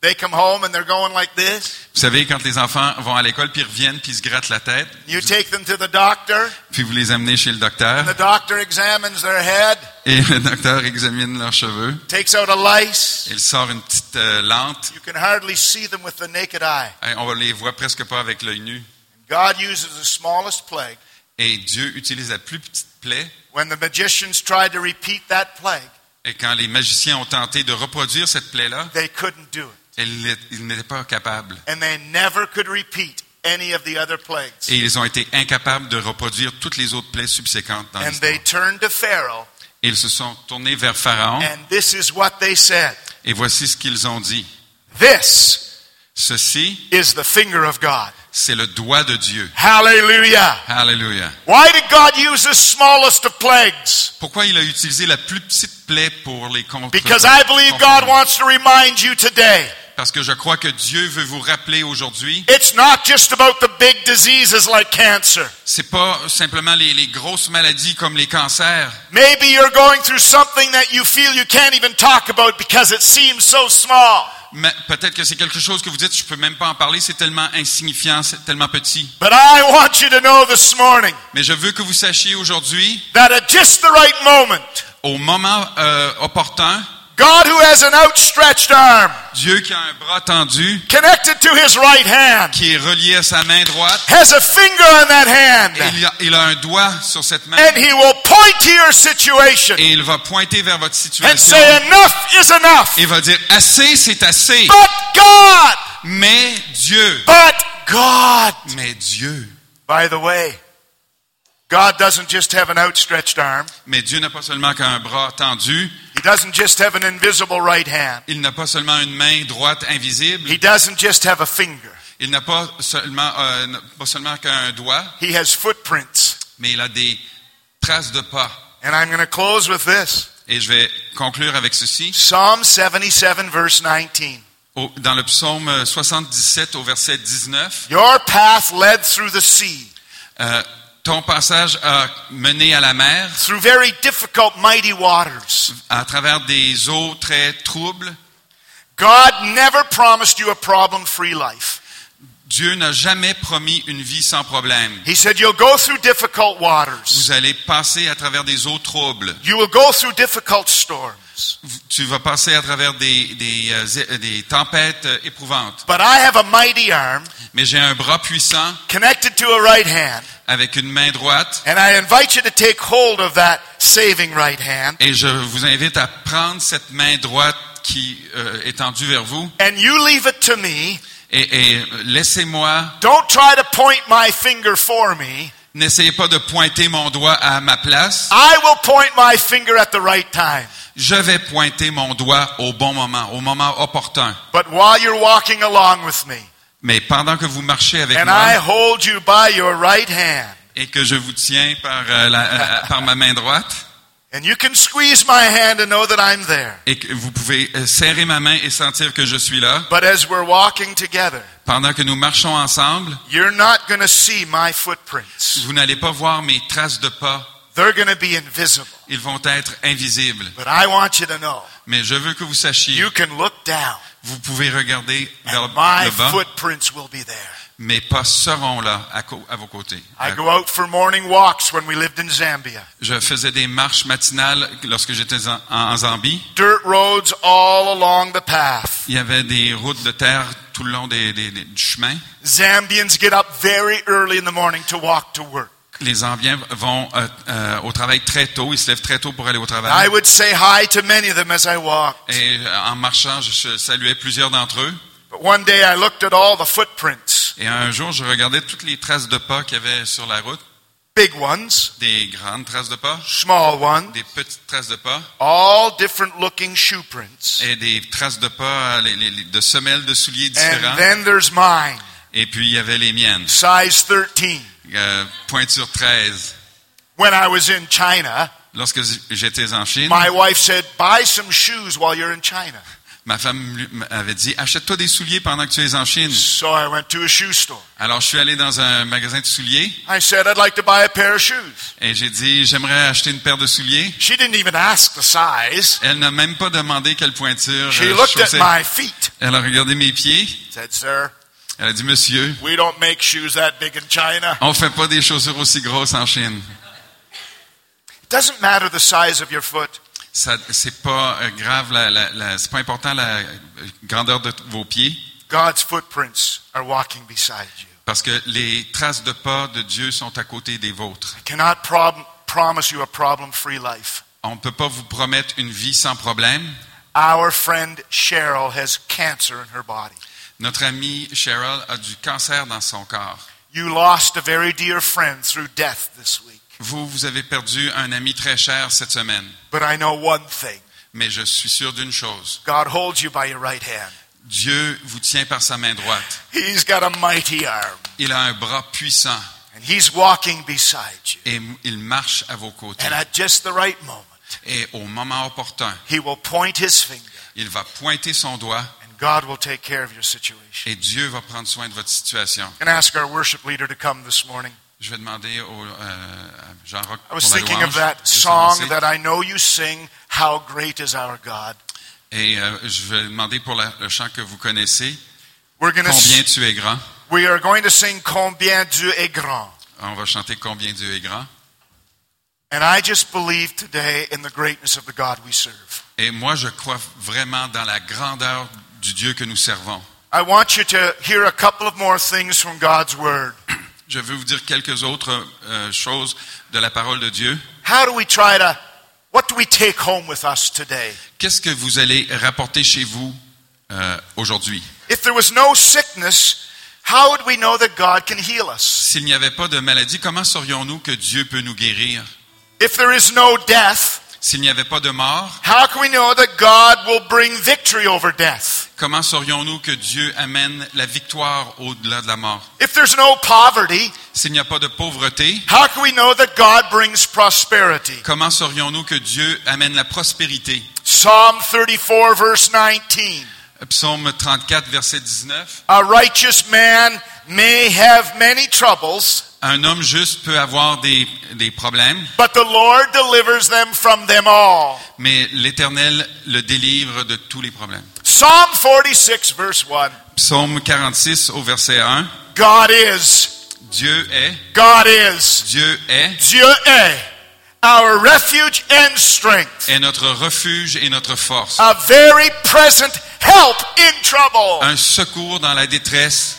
Speaker 2: they come home and they're going like this,
Speaker 5: Vous savez, quand les enfants vont à l'école, puis ils reviennent, puis ils se grattent la tête,
Speaker 2: you take them to the doctor,
Speaker 5: puis vous les amenez chez le
Speaker 2: and the
Speaker 5: docteur,
Speaker 2: doctor examines their head,
Speaker 5: et le docteur examine leurs cheveux,
Speaker 2: takes out a lice.
Speaker 5: il sort une petite euh, lente,
Speaker 2: You can hardly see them with the naked eye.
Speaker 5: Hey, on les voit presque pas avec l'œil nu.
Speaker 2: God uses the smallest plague.
Speaker 5: Et Dieu utilise la plus petite plaie.
Speaker 2: When the magicians tried to repeat that plague,
Speaker 5: Et quand les magiciens ont tenté de reproduire cette plaie-là,
Speaker 2: they couldn't do it.
Speaker 5: ils l'é- ils n'étaient pas capables.
Speaker 2: And they never could repeat any of the other plagues.
Speaker 5: Et ils ont été incapables de reproduire toutes les autres plaies subséquentes dans
Speaker 2: And
Speaker 5: l'histoire.
Speaker 2: they turned to Pharaoh,
Speaker 5: Et Ils se sont tournés vers Pharaon,
Speaker 2: and this is what they said
Speaker 5: et voici ce qu'ils ont dit.
Speaker 2: This
Speaker 5: Ceci,
Speaker 2: is the finger of God.
Speaker 5: c'est le doigt de Dieu.
Speaker 2: Hallelujah.
Speaker 5: Alléluia.
Speaker 2: Why did God use the smallest of plagues?
Speaker 5: Pourquoi il a utilisé la plus petite plaie pour les contre
Speaker 2: Because I believe God wants to remind you today.
Speaker 5: Parce que je crois que Dieu veut vous rappeler aujourd'hui,
Speaker 2: It's not just about the big diseases like cancer.
Speaker 5: c'est pas simplement les, les grosses maladies comme les cancers.
Speaker 2: Maybe you're going through something that you feel you can't even talk about because it seems so small.
Speaker 5: Mais Peut-être que c'est quelque chose que vous dites, je peux même pas en parler, c'est tellement insignifiant, c'est tellement petit.
Speaker 2: But I want you to know this morning
Speaker 5: Mais je veux que vous sachiez aujourd'hui,
Speaker 2: that at just the right moment,
Speaker 5: au moment euh, opportun,
Speaker 2: God, who has an outstretched arm
Speaker 5: Dieu qui a un bras tendu,
Speaker 2: connected to his right hand,
Speaker 5: qui est relié à sa main droite,
Speaker 2: has a finger on that
Speaker 5: et
Speaker 2: hand,
Speaker 5: il a, il a un doigt sur cette main,
Speaker 2: and he will point to your situation
Speaker 5: et il va pointer vers votre
Speaker 2: and
Speaker 5: situation,
Speaker 2: say, Enough is enough.
Speaker 5: et va dire, assez, c'est assez.
Speaker 2: But God,
Speaker 5: Mais Dieu,
Speaker 2: but God.
Speaker 5: mais Dieu,
Speaker 2: By the way, God doesn't just have an outstretched arm,
Speaker 5: mais Dieu n'a pas seulement qu'un bras tendu,
Speaker 2: He doesn't just have an invisible right hand,
Speaker 5: il n'a pas seulement une main droite invisible,
Speaker 2: He doesn't just have a finger.
Speaker 5: il n'a pas seulement, euh, n'a pas seulement qu'un doigt,
Speaker 2: He has footprints.
Speaker 5: mais il a des traces de pas.
Speaker 2: And I'm going to close with this
Speaker 5: Et je vais conclure avec ceci.
Speaker 2: Psalm 77, verse 19.
Speaker 5: Au- Dans le psaume 77 au verset 19,
Speaker 2: Your path led through the sea,
Speaker 5: euh, ton passage a mené à la mer
Speaker 2: through very difficult, mighty waters.
Speaker 5: à travers des eaux très troubles.
Speaker 2: God never promised you a problem free life.
Speaker 5: Dieu n'a jamais promis une vie sans problème.
Speaker 2: He said, You'll go through difficult waters,
Speaker 5: Vous allez passer à travers des eaux troubles.
Speaker 2: you will go through difficult storms.
Speaker 5: Vous- Tu vas passer à travers des, des, euh, zé- euh, des tempêtes euh, éprouvantes.
Speaker 2: But I have a mighty arm
Speaker 5: Mais j'ai un bras puissant
Speaker 2: connected to a right hand.
Speaker 5: avec une main droite
Speaker 2: And I invite you to take hold of that saving right hand.
Speaker 5: et je vous invite à prendre cette main droite qui euh, est tendue vers vous
Speaker 2: And you leave it to me.
Speaker 5: Et, et laissez-moi,
Speaker 2: Don't try to point my finger for me.
Speaker 5: n'essayez pas de pointer mon doigt à ma place.
Speaker 2: I will point my finger at the right time.
Speaker 5: Je vais pointer mon doigt au bon moment, au moment opportun.
Speaker 2: But while you're walking along with me,
Speaker 5: Mais pendant que vous marchez avec
Speaker 2: and I
Speaker 5: moi
Speaker 2: hold you by your right hand,
Speaker 5: et que je vous tiens par, euh, la- euh, par ma main droite,
Speaker 2: and you can squeeze my hand and know that I'm there.
Speaker 5: et que vous pouvez euh, serrer ma main et sentir que je suis là,
Speaker 2: But as we're walking together,
Speaker 5: pendant que nous marchons ensemble,
Speaker 2: you're not going to see my footprints.
Speaker 5: vous n'allez pas voir mes traces de pas.
Speaker 2: They're going to be invisible.
Speaker 5: Ils vont être invisibles.
Speaker 2: But I want you to know
Speaker 5: Mais je veux que vous sachiez,
Speaker 2: you can look down,
Speaker 5: vous pouvez regarder vers
Speaker 2: and
Speaker 5: le,
Speaker 2: my
Speaker 5: le bas.
Speaker 2: footprints will be there.
Speaker 5: Mes pas seront là à, co- à vos côtés.
Speaker 2: I go out for morning walks when we lived in Zambia.
Speaker 5: Je faisais des marches matinales lorsque j'étais en, en Zambie.
Speaker 2: Dirt roads all along the path.
Speaker 5: Il y avait des routes de terre tout le long des, des- des- du chemin.
Speaker 2: Zambians get up very early in the morning to walk to work.
Speaker 5: Les Zambiens vont euh, euh, au travail très tôt, ils se lèvent très tôt pour aller au
Speaker 2: I
Speaker 5: travail.
Speaker 2: would say hi to many of them as I walked.
Speaker 5: Et euh, en marchant, je saluais plusieurs d'entre eux.
Speaker 2: But one day I looked at all the footprints,
Speaker 5: Et un jour, je regardais toutes les traces de pas qu'il y avait sur la route,
Speaker 2: big ones,
Speaker 5: des grandes traces de pas,
Speaker 2: small ones,
Speaker 5: des petites traces de pas
Speaker 2: all different looking shoe prints.
Speaker 5: et des traces de pas euh, les- les- les- de semelles de souliers différents.
Speaker 2: And then there's mine,
Speaker 5: Et puis, il y avait les miennes,
Speaker 2: size 13.
Speaker 5: euh, pointure 13.
Speaker 2: When I was in China,
Speaker 5: Lorsque j'étais en Chine,
Speaker 2: my wife said, buy some shoes while you're in China.
Speaker 5: ma femme lui- m'avait dit, achète-toi des souliers pendant que tu es en Chine.
Speaker 2: So I went to a shoe store.
Speaker 5: Alors, je suis allé dans un magasin de souliers
Speaker 2: I said, I'd like to buy a pair of shoes.
Speaker 5: et j'ai dit, j'aimerais acheter une paire de souliers.
Speaker 2: She didn't even ask the size.
Speaker 5: Elle n'a même pas demandé quelle pointure
Speaker 2: She
Speaker 5: euh,
Speaker 2: looked
Speaker 5: je
Speaker 2: at
Speaker 5: chaussais.
Speaker 2: my feet.
Speaker 5: Elle a regardé mes pieds.
Speaker 2: Said, sir,
Speaker 5: Elle a dit, monsieur,
Speaker 2: we don't make shoes that big in China.
Speaker 5: on fait pas des chaussures aussi grosses en Chine.
Speaker 2: It doesn't matter the size of your foot.
Speaker 5: Ça, c'est pas euh, grave, la, la- la- c'est pas important la euh, grandeur de t- vos pieds,
Speaker 2: God's footprints are walking beside you.
Speaker 5: parce que les traces de pas de Dieu sont à côté des vôtres.
Speaker 2: I cannot prob- promise you a problem free life.
Speaker 5: On ne peut pas vous promettre une vie sans problème.
Speaker 2: Our friend Cheryl has cancer in her body.
Speaker 5: Notre amie Cheryl a du cancer dans son corps.
Speaker 2: You lost a very dear friend through death this week.
Speaker 5: Vous, vous avez perdu un ami très cher cette semaine,
Speaker 2: But I know one thing
Speaker 5: mais je suis sûr d'une chose.
Speaker 2: God holds you by your right hand.
Speaker 5: Dieu vous tient par sa main droite.
Speaker 2: He's got a mighty arm,
Speaker 5: Il a un bras puissant
Speaker 2: and He's walking beside you.
Speaker 5: et m- il marche à vos côtés.
Speaker 2: And at just the right moment,
Speaker 5: Et au moment opportun,
Speaker 2: He will point His finger,
Speaker 5: il va pointer son doigt
Speaker 2: and God will take care of your situation.
Speaker 5: et Dieu va prendre soin de votre situation.
Speaker 2: And ask our worship leader to come this morning.
Speaker 5: Je vais demander au euh, à Jean-Roch
Speaker 2: I
Speaker 5: pour la
Speaker 2: was thinking of
Speaker 5: louange
Speaker 2: that
Speaker 5: de s'avancer.
Speaker 2: song that I know you sing, How Great is Our God.
Speaker 5: Et euh, je vais demander pour la- le chant que vous connaissez,
Speaker 2: We're going
Speaker 5: Combien
Speaker 2: to
Speaker 5: tu es grand.
Speaker 2: we are going to sing Combien Dieu est grand.
Speaker 5: Ah, On va chanter Combien Dieu est grand.
Speaker 2: And I just believe today in the greatness of the God we serve.
Speaker 5: Et moi, je crois vraiment dans la grandeur du Dieu que nous servons.
Speaker 2: I want you to hear a couple of more things from God's word.
Speaker 5: Je veux vous dire quelques autres euh, choses de la parole de Dieu.
Speaker 2: How do we try to what do we take home with us today?
Speaker 5: Qu'est-ce que vous allez rapporter chez vous euh, aujourd'hui?
Speaker 2: If there was no sickness, how would we know that God can heal us?
Speaker 5: S'il n'y avait pas de maladie, comment saurions-nous que Dieu peut nous guérir?
Speaker 2: If there is no death,
Speaker 5: S'il n'y avait pas de mort,
Speaker 2: how can we know that God will bring victory over death?
Speaker 5: comment saurions-nous que Dieu amène la victoire au-delà de la mort?
Speaker 2: If there's no poverty,
Speaker 5: S'il n'y a pas de pauvreté,
Speaker 2: how can we know that God brings prosperity?
Speaker 5: comment saurions-nous que Dieu amène la prospérité?
Speaker 2: Psalm 34 verse 19.
Speaker 5: Psaume 34, verset 19.
Speaker 2: A righteous man may have many troubles,
Speaker 5: Un homme juste peut avoir des, des problèmes,
Speaker 2: but the Lord delivers them from them all.
Speaker 5: mais l'Éternel le délivre de tous les problèmes.
Speaker 2: Psalm 46 verse 1.
Speaker 5: Psaume 46 au verset 1.
Speaker 2: God is,
Speaker 5: Dieu est,
Speaker 2: God is,
Speaker 5: Dieu est,
Speaker 2: Dieu est our refuge and strength,
Speaker 5: est notre refuge et notre force.
Speaker 2: a very present help in trouble.
Speaker 5: Un secours dans la détresse.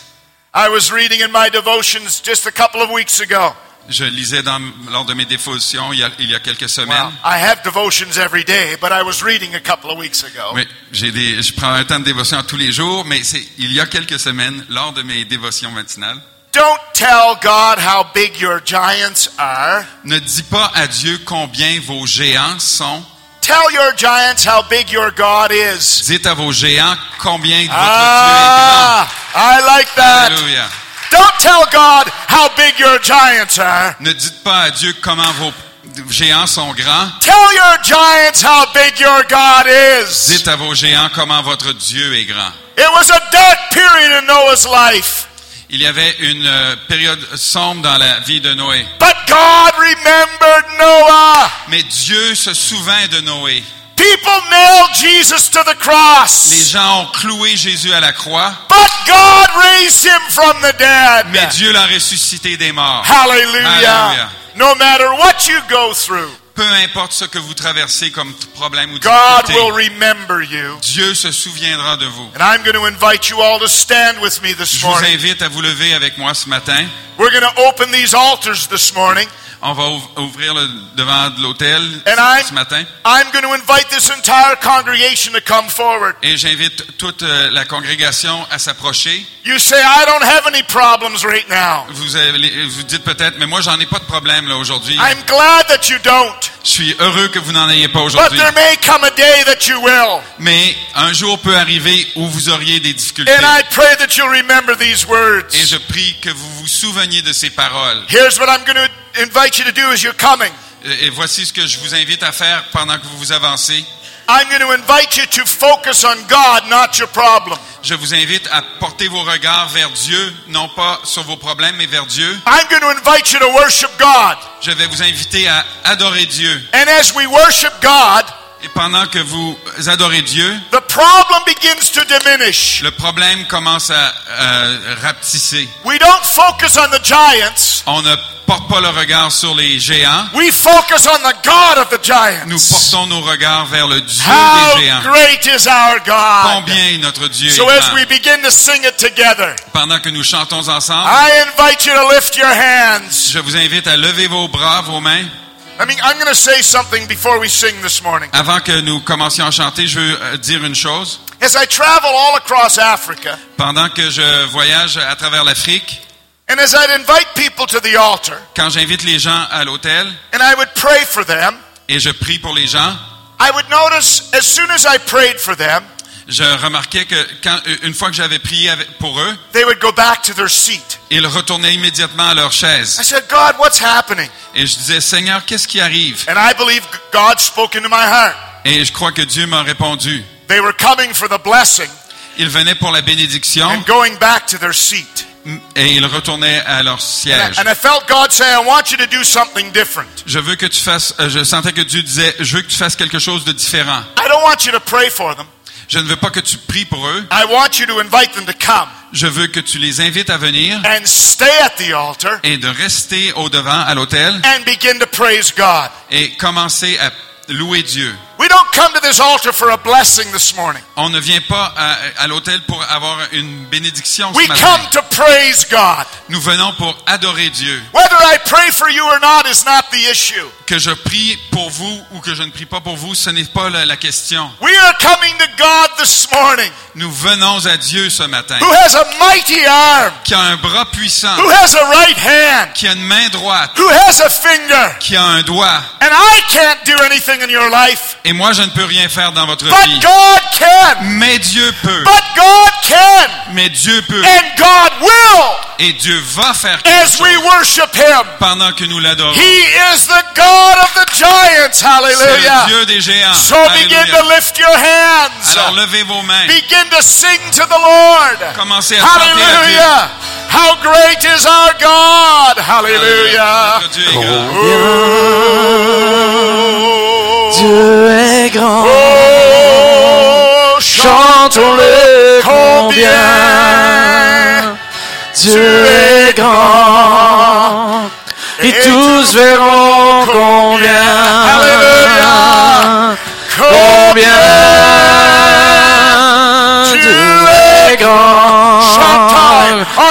Speaker 2: I was reading in my devotions just a couple of weeks ago.
Speaker 5: Je lisais dans, lors de mes dévotions il y a, il y a quelques semaines.
Speaker 2: Well, I have devotions every day, but I was reading a couple of weeks ago.
Speaker 5: Oui, j'ai des, je prends un temps de dévotion à tous les jours, mais c'est il y a quelques semaines, lors de mes dévotions matinales.
Speaker 2: Don't tell God how big your giants are.
Speaker 5: Ne dis pas à Dieu combien vos géants sont.
Speaker 2: Tell your giants how big your God is.
Speaker 5: Dites à vos géants combien votre
Speaker 2: Ah, I like
Speaker 5: Dieu est grand.
Speaker 2: that.
Speaker 5: Alléluia.
Speaker 2: Don't tell God how big your giants are.
Speaker 5: Ne dites pas à Dieu comment vos géants sont grands.
Speaker 2: Tell your giants how big your God is.
Speaker 5: Dites à vos géants comment votre Dieu est grand.
Speaker 2: It was a dark period in Noah's life,
Speaker 5: Il y avait une euh, période sombre dans la vie de Noé,
Speaker 2: but God remembered Noah.
Speaker 5: mais Dieu se souvint de Noé.
Speaker 2: People nailed Jesus to the
Speaker 5: Les
Speaker 2: cross,
Speaker 5: gens ont cloué Jésus à la croix,
Speaker 2: but God raised him from the dead.
Speaker 5: mais Dieu l'a ressuscité des morts.
Speaker 2: Hallelujah.
Speaker 5: Hallelujah.
Speaker 2: No matter what you go through,
Speaker 5: Peu importe ce que vous traversez comme problème ou
Speaker 2: God will
Speaker 5: difficulté,
Speaker 2: remember you.
Speaker 5: Dieu se souviendra de vous.
Speaker 2: And I'm going to invite you all to stand with me this
Speaker 5: Je vous
Speaker 2: morning.
Speaker 5: invite à vous lever avec moi ce matin.
Speaker 2: We're going to open these altars this morning.
Speaker 5: On va ouv- ouvrir le devant de l'autel
Speaker 2: And I'm-
Speaker 5: ce matin.
Speaker 2: I'm going to invite this entire congregation to come forward.
Speaker 5: Et j'invite toute euh, la congrégation à s'approcher.
Speaker 2: You say, I don't have any problems right now.
Speaker 5: Vous, avez- vous dites peut-être, mais moi, j'en ai pas de problème là aujourd'hui.
Speaker 2: I'm glad that you don't.
Speaker 5: Je suis heureux que vous n'en ayez pas
Speaker 2: But
Speaker 5: aujourd'hui.
Speaker 2: there may come a day that you will.
Speaker 5: Mais un jour peut arriver où vous auriez des difficultés.
Speaker 2: And I pray that you'll remember these
Speaker 5: Et
Speaker 2: words.
Speaker 5: je prie que vous vous souveniez de ces paroles.
Speaker 2: Here's what I'm going to invite you to do as you're coming.
Speaker 5: Et et voici ce que je vous invite à faire pendant que vous vous avancez.
Speaker 2: I'm going to invite you to focus on God, not your problem.
Speaker 5: Je vous invite à porter vos regards vers Dieu, non pas sur vos problèmes, mais vers Dieu.
Speaker 2: I'm going to invite you to worship God.
Speaker 5: Je vais vous inviter à adorer Dieu.
Speaker 2: And as we worship God,
Speaker 5: Et pendant que vous adorez Dieu,
Speaker 2: the problem begins to diminish.
Speaker 5: le problème commence à euh, rapetisser.
Speaker 2: We don't focus on the giants,
Speaker 5: On ne porte pas le regard sur les géants.
Speaker 2: we focus on the God of the
Speaker 5: Nous
Speaker 2: giants.
Speaker 5: portons nos regards vers le Dieu
Speaker 2: How
Speaker 5: des géants.
Speaker 2: great is our God!
Speaker 5: Combien notre Dieu est
Speaker 2: So as
Speaker 5: grand.
Speaker 2: we begin to sing it together,
Speaker 5: Pendant que nous chantons ensemble,
Speaker 2: I invite you to lift your hands.
Speaker 5: je vous invite à lever vos bras, vos mains.
Speaker 2: I mean, I'm going to say something before we sing this morning.
Speaker 5: Avant que nous commencions à chanter, je veux euh, dire une chose.
Speaker 2: As I travel all across Africa,
Speaker 5: Pendant que je voyage à travers l'Afrique,
Speaker 2: and as I'd invite people to the altar,
Speaker 5: quand j'invite les gens à l'hôtel
Speaker 2: and I would pray for them,
Speaker 5: et je prie pour les gens,
Speaker 2: I would notice as soon as I prayed for them,
Speaker 5: je remarquais que quand, euh, une fois que j'avais prié avec- pour eux,
Speaker 2: they would go back to their seat.
Speaker 5: ils retournaient immédiatement à leur
Speaker 2: I
Speaker 5: chaise.
Speaker 2: said, God, what's happening?
Speaker 5: Et je disais, Seigneur, qu'est-ce qui arrive?
Speaker 2: And I believe God spoke into my heart.
Speaker 5: Et je crois que Dieu m'a répondu.
Speaker 2: They were coming for the blessing
Speaker 5: Ils venaient pour la bénédiction
Speaker 2: and going back to their seat.
Speaker 5: et ils retournaient à leur
Speaker 2: And I,
Speaker 5: siège.
Speaker 2: and I felt God say, I want you to do something different.
Speaker 5: Je veux que tu fasses, euh, je sentais que Dieu disait, je veux que tu fasses quelque chose de différent.
Speaker 2: I don't want you to pray for them.
Speaker 5: Je ne veux pas que tu pries pour eux.
Speaker 2: I want you to invite them to come
Speaker 5: Je veux que tu les invites à venir
Speaker 2: and stay at the altar
Speaker 5: et de rester au devant à l'autel
Speaker 2: and begin to praise God.
Speaker 5: et commencer à louer Dieu.
Speaker 2: We don't come to this altar for a blessing this morning.
Speaker 5: On ne vient pas à, à l'autel pour avoir une bénédiction
Speaker 2: We
Speaker 5: ce matin.
Speaker 2: come to praise God.
Speaker 5: Nous venons pour adorer Dieu.
Speaker 2: Whether I pray for you or not is not the issue.
Speaker 5: Que je prie pour vous ou que je ne prie pas pour vous, ce n'est pas la, la question.
Speaker 2: We are coming to God this morning
Speaker 5: Nous venons à Dieu ce matin,
Speaker 2: who has a mighty arm,
Speaker 5: qui a un bras puissant,
Speaker 2: who has a right hand,
Speaker 5: qui a une main droite,
Speaker 2: who has a finger.
Speaker 5: qui a un doigt.
Speaker 2: And I can't do anything in your life,
Speaker 5: Et moi, je ne peux rien faire dans votre
Speaker 2: but
Speaker 5: vie.
Speaker 2: God can.
Speaker 5: Mais Dieu peut.
Speaker 2: But God can.
Speaker 5: Mais Dieu peut.
Speaker 2: And God will
Speaker 5: Et Dieu va faire quelque
Speaker 2: as
Speaker 5: chose
Speaker 2: we worship Him.
Speaker 5: pendant que nous l'adorons.
Speaker 2: He is the God of the giants.
Speaker 5: C'est le
Speaker 2: Hallelujah.
Speaker 5: Dieu des géants.
Speaker 2: So begin
Speaker 5: Alléluia.
Speaker 2: to lift your hands.
Speaker 5: Alors levez vos mains.
Speaker 2: Begin to sing to the Lord.
Speaker 5: Commencez à chanter à Dieu.
Speaker 2: Hallelujah. How great is our God. Hallelujah. Oh.
Speaker 5: Notre Dieu est grand.
Speaker 6: Dieu est grand,
Speaker 2: Oh,
Speaker 6: chantons-le
Speaker 2: combien
Speaker 6: combien Dieu est grand, et tous verront combien,
Speaker 2: Alléluia.
Speaker 6: combien Dieu est grand,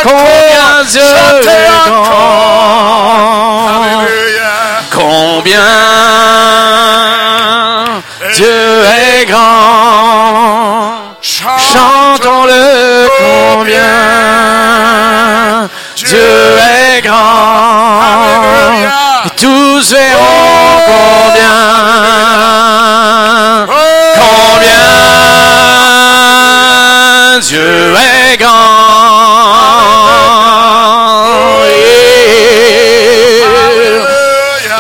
Speaker 6: combien Dieu est grand.
Speaker 2: Hallelujah.
Speaker 6: Combien Dieu est grand, chantons-le combien Dieu est grand, et tous verront combien, combien Dieu est grand. Yeah.
Speaker 2: Hallelujah.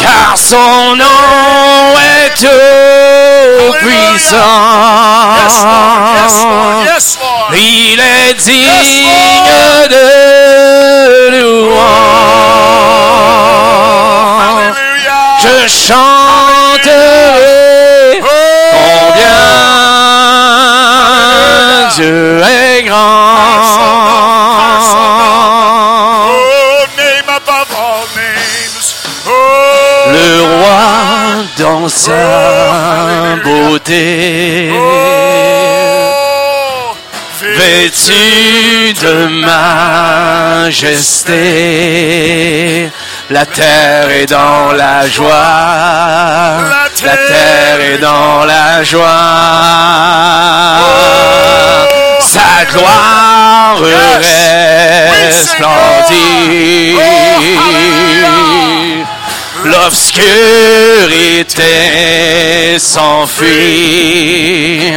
Speaker 6: Car son nom est tout
Speaker 2: Yes, Lord. Yes, Lord.
Speaker 6: puissant.
Speaker 2: Yes, Lord.
Speaker 6: Il est
Speaker 2: Lord.
Speaker 6: digne de louange.
Speaker 2: Hallelujah.
Speaker 6: Je chanterai combien Dieu est grand.
Speaker 2: Oh, name above all names. Oh,
Speaker 6: Le roi sa beauté,
Speaker 2: Oh,
Speaker 6: vêtu de majesté. La terre est dans la joie,
Speaker 2: La terre
Speaker 6: la terre est dans la joie.
Speaker 2: Oh,
Speaker 6: Sa gloire
Speaker 2: Yes. Oui,
Speaker 6: resplendit.
Speaker 2: Seigneur. Oh,
Speaker 6: L'obscurité s'enfuit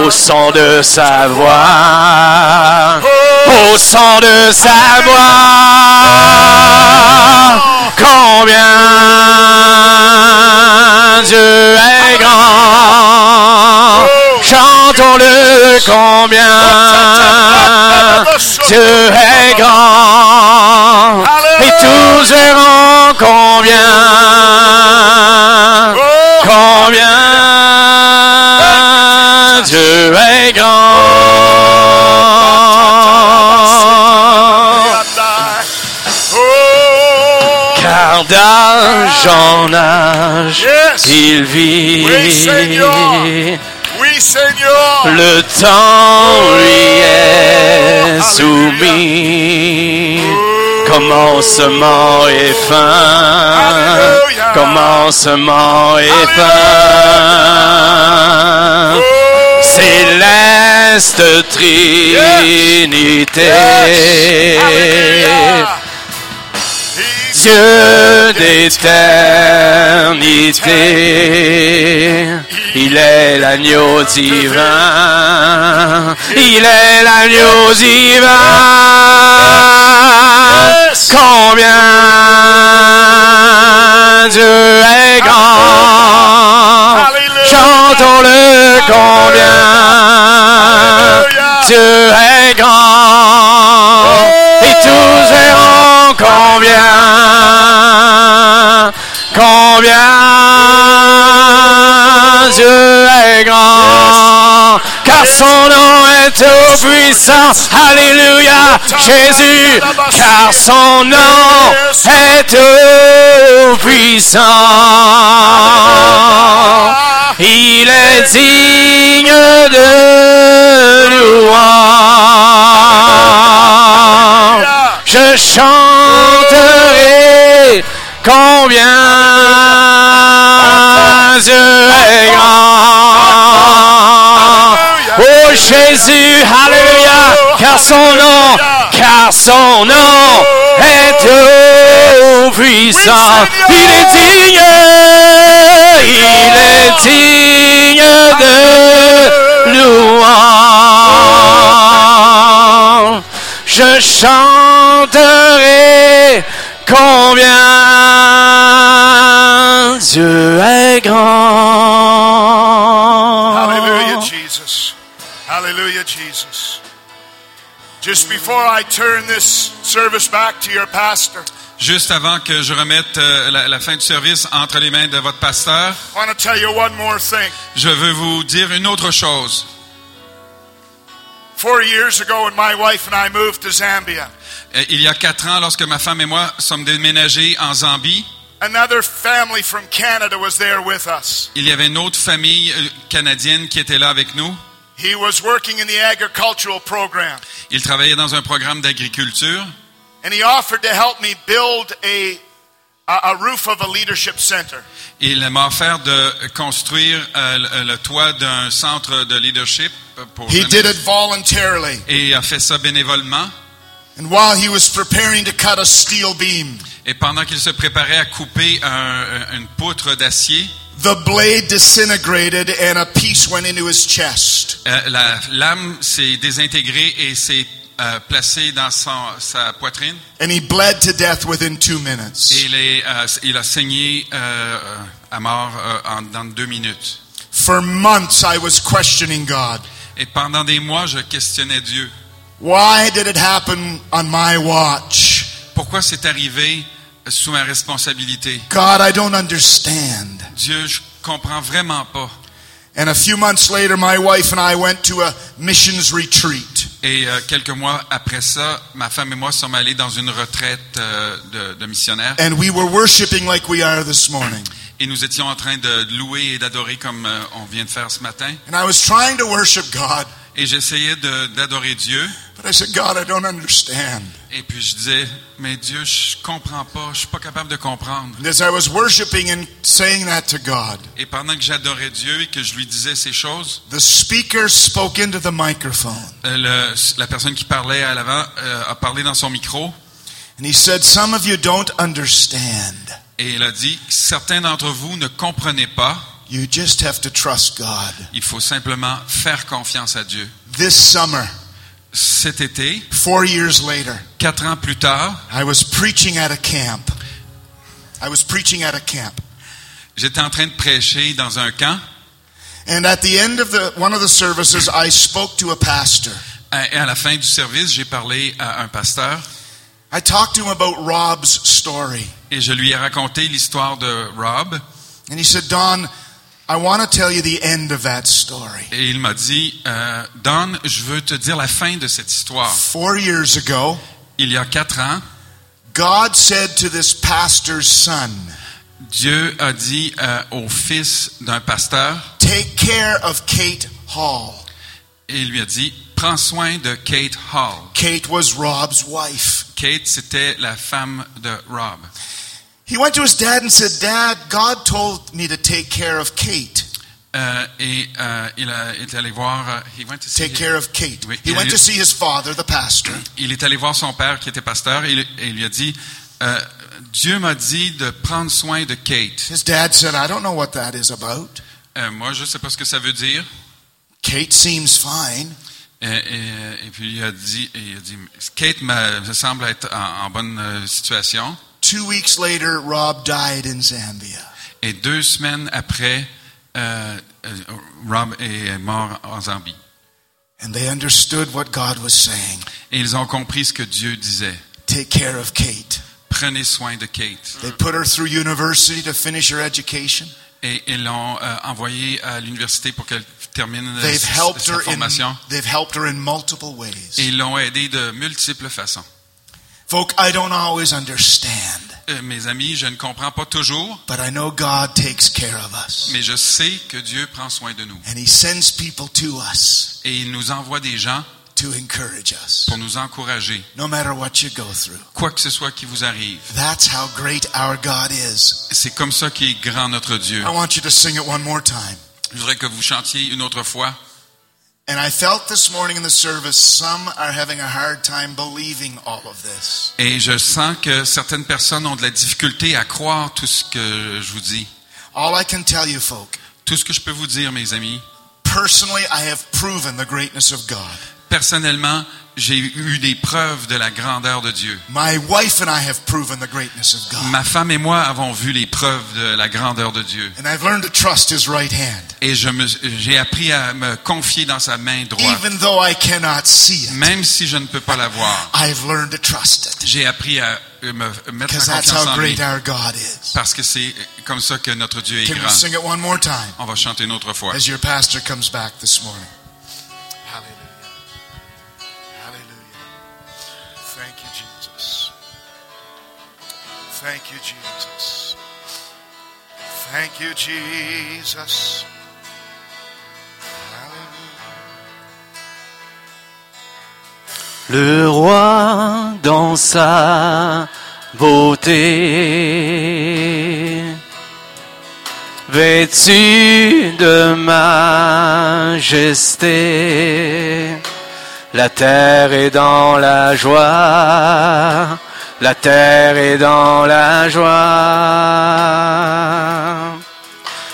Speaker 6: au son de sa voix,
Speaker 2: Oh,
Speaker 6: au son de sa voix. Combien Dieu est grand, chantons-le combien Dieu est grand, et tous verront combien
Speaker 2: Oh,
Speaker 6: Combien Dieu est grand
Speaker 2: Oh,
Speaker 6: Car d'âge en âge
Speaker 2: Yes.
Speaker 6: il vit
Speaker 2: Oui, Seigneur.
Speaker 6: Le temps lui est soumis Commencement et fin
Speaker 2: Alléluia.
Speaker 6: Commencement et fin Céleste Trinité, Dieu d'éternité, il est l'agneau divin, il est l'agneau divin. Combien Dieu est grand, chantons-le combien Dieu est grand et tous verront combien combien Dieu est grand car son nom est tout puissant Alléluia Jésus car son nom est tout puissant il est digne de louange. Je chanterai combien Dieu est grand. Oh Jésus, Alléluia, Oh. car son nom, car son nom est tout puissant. Il est digne, il est digne de louange. Je chanterai combien Dieu est grand.
Speaker 2: Hallelujah, Jesus. Hallelujah, Jesus. Just before I turn this service back to your pastor,
Speaker 5: Juste avant que je remette euh, la, la fin du service entre les mains de votre pasteur,
Speaker 2: I want to tell you one more thing.
Speaker 5: je veux vous dire une autre chose.
Speaker 2: Four years ago, when my wife and I moved to Zambia,
Speaker 5: Euh, Il y a quatre ans, lorsque ma femme et moi sommes déménagés en Zambie,
Speaker 2: another family from Canada was there with us.
Speaker 5: il y avait une autre famille euh, canadienne qui était là avec nous.
Speaker 2: He was working in the agricultural program,
Speaker 5: Il travaillait dans un programme d'agriculture
Speaker 2: and he offered to help me build a, a, a roof of a leadership center.
Speaker 5: et il m'a offert de construire euh, le- le toit d'un centre de leadership euh, pour
Speaker 2: He
Speaker 5: jeunesse.
Speaker 2: did it voluntarily,
Speaker 5: et il a fait ça bénévolement.
Speaker 2: and while he was preparing to cut a steel beam,
Speaker 5: Et pendant qu'il se préparait à couper un- euh, une poutre d'acier,
Speaker 2: The blade disintegrated and a piece went into his chest.
Speaker 5: Euh, la lame s'est désintégrée et s'est euh, placée dans son- sa poitrine
Speaker 2: And he bled to death within two
Speaker 5: et
Speaker 2: minutes.
Speaker 5: il, est, euh, il a saigné euh, euh, à mort euh, en, dans deux minutes.
Speaker 2: For months I was questioning God.
Speaker 5: Et pendant des mois, je questionnais Dieu.
Speaker 2: Why did it happen on my watch?
Speaker 5: Pourquoi c'est arrivé sous ma responsabilité?
Speaker 2: God, I don't understand.
Speaker 5: Dieu, je comprends vraiment pas.
Speaker 2: And a few months later, my wife and I went to a missions retreat.
Speaker 5: Et euh, quelques mois après ça, ma femme et moi sommes allés dans une retraite euh, de, de missionnaires
Speaker 2: And we were worshiping like we are this morning.
Speaker 5: Et nous étions en train de louer et d'adorer comme euh, on vient de faire ce matin.
Speaker 2: And I was trying to worship God,
Speaker 5: Et j'essayais de- d'adorer Dieu.
Speaker 2: but I said, God, I don't understand.
Speaker 5: Et puis je disais, mais Dieu, je comprends pas, je suis pas capable de comprendre.
Speaker 2: And as I was worshiping and saying that to God,
Speaker 5: Et pendant que j'adorais Dieu et que je lui disais ces choses,
Speaker 2: the speaker spoke into the microphone.
Speaker 5: euh, le- la personne qui parlait à l'avant euh, a parlé dans son micro
Speaker 2: And he said, Some of you don't understand.
Speaker 5: et elle a dit, certains d'entre vous ne comprenez pas,
Speaker 2: You just have to trust God.
Speaker 5: il faut simplement faire confiance à Dieu.
Speaker 2: This summer,
Speaker 5: Cet été,
Speaker 2: four years later,
Speaker 5: quatre ans plus tard,
Speaker 2: I was preaching at a camp. I was preaching at a camp.
Speaker 5: j'étais en train de prêcher dans un camp.
Speaker 2: And at the end of the, one of the services, I spoke to a pastor.
Speaker 5: À- Et à la fin du service, j'ai parlé à un pasteur
Speaker 2: I talked to him about Rob's story.
Speaker 5: et je lui ai raconté l'histoire de Rob.
Speaker 2: And he said, Don, I want to tell you the end of that story.
Speaker 5: Et il m'a dit, euh, Don, je veux te dire la fin de cette histoire.
Speaker 2: Four years ago,
Speaker 5: Il y a quatre ans,
Speaker 2: God said to this pastor's son,
Speaker 5: Dieu a dit euh, au fils d'un pasteur,
Speaker 2: Take care of Kate Hall.
Speaker 5: et il lui a dit, prends soin de Kate Hall.
Speaker 2: Kate was Rob's wife.
Speaker 5: Kate, c'était la femme de Rob.
Speaker 2: He went to his dad and said, Dad, God told me to take care of Kate.
Speaker 5: Euh, et euh, il a- est allé voir, euh, he went to see-
Speaker 2: Take care of Kate.
Speaker 5: Oui,
Speaker 2: He
Speaker 5: il, a-
Speaker 2: went to see his father, the pastor.
Speaker 5: il est allé voir son père qui était pasteur et il, et il lui a dit, euh, Dieu m'a dit de prendre soin de Kate.
Speaker 2: His dad said, I don't know what that is about.
Speaker 5: Euh, moi, je sais pas ce que ça veut dire.
Speaker 2: Kate seems fine.
Speaker 5: Et, et- et puis il a dit, et il a dit Kate me, me semble être en, en bonne euh, situation.
Speaker 2: Two weeks later, Rob died in Zambia.
Speaker 5: Et deux semaines après, euh, euh, Rob est mort en Zambie.
Speaker 2: And they understood what God was saying.
Speaker 5: Et ils ont compris ce que Dieu disait.
Speaker 2: Take care of Kate.
Speaker 5: Prenez soin de Kate.
Speaker 2: They put her through university to finish her education.
Speaker 5: Et ils l'ont euh, envoyée à l'université pour qu'elle termine euh,
Speaker 2: They've
Speaker 5: sa,
Speaker 2: helped
Speaker 5: sa
Speaker 2: her in
Speaker 5: formation.
Speaker 2: they've helped her in multiple
Speaker 5: Et
Speaker 2: ways.
Speaker 5: ils l'ont aidée de multiples façons.
Speaker 2: Folk, I don't always understand,
Speaker 5: Euh, mes amis, je ne comprends pas toujours,
Speaker 2: but I know God takes care of us.
Speaker 5: mais je sais que Dieu prend soin de nous.
Speaker 2: And he sends people to us
Speaker 5: Et il nous envoie des gens
Speaker 2: to encourage us,
Speaker 5: pour nous encourager,
Speaker 2: no matter what you go through.
Speaker 5: quoi que ce soit qui vous arrive.
Speaker 2: That's how great our God is.
Speaker 5: C'est comme ça qu'est grand notre Dieu.
Speaker 2: I want you to sing it one more time.
Speaker 5: Je voudrais que vous chantiez une autre fois.
Speaker 2: And I felt this morning in the service, some are having a hard time believing all of this.
Speaker 5: Et je sens que certaines personnes ont de la difficulté à croire tout ce que je vous dis.
Speaker 2: All I can tell you, folk,
Speaker 5: Tout ce que je peux vous dire, mes amis,
Speaker 2: personally, I have proven the greatness of God.
Speaker 5: personnellement, j'ai eu des preuves de la grandeur de Dieu.
Speaker 2: My wife and I have proven the greatness of God.
Speaker 5: Ma femme et moi avons vu les preuves de la grandeur de Dieu.
Speaker 2: And I've learned to trust his right hand,
Speaker 5: Et je me- j'ai appris à me confier dans sa main droite.
Speaker 2: even though I cannot see it.
Speaker 5: Même si je ne peux pas la voir,
Speaker 2: I've learned to trust it
Speaker 5: j'ai appris à euh, me mettre
Speaker 2: because
Speaker 5: en
Speaker 2: that's
Speaker 5: confiance
Speaker 2: how
Speaker 5: en lui.
Speaker 2: great our God is.
Speaker 5: Parce que c'est comme ça que notre Dieu est
Speaker 2: Can we
Speaker 5: grand.
Speaker 2: sing it one more time
Speaker 5: On va chanter une autre fois.
Speaker 2: as your pastor comes back this morning? Hallelujah. Hallelujah. Thank you, Jesus. Thank you, Jesus. Thank you, Jesus. Hallelujah.
Speaker 6: Le roi dans sa beauté, vêtu de majesté, la terre est dans la joie, la terre est dans la joie.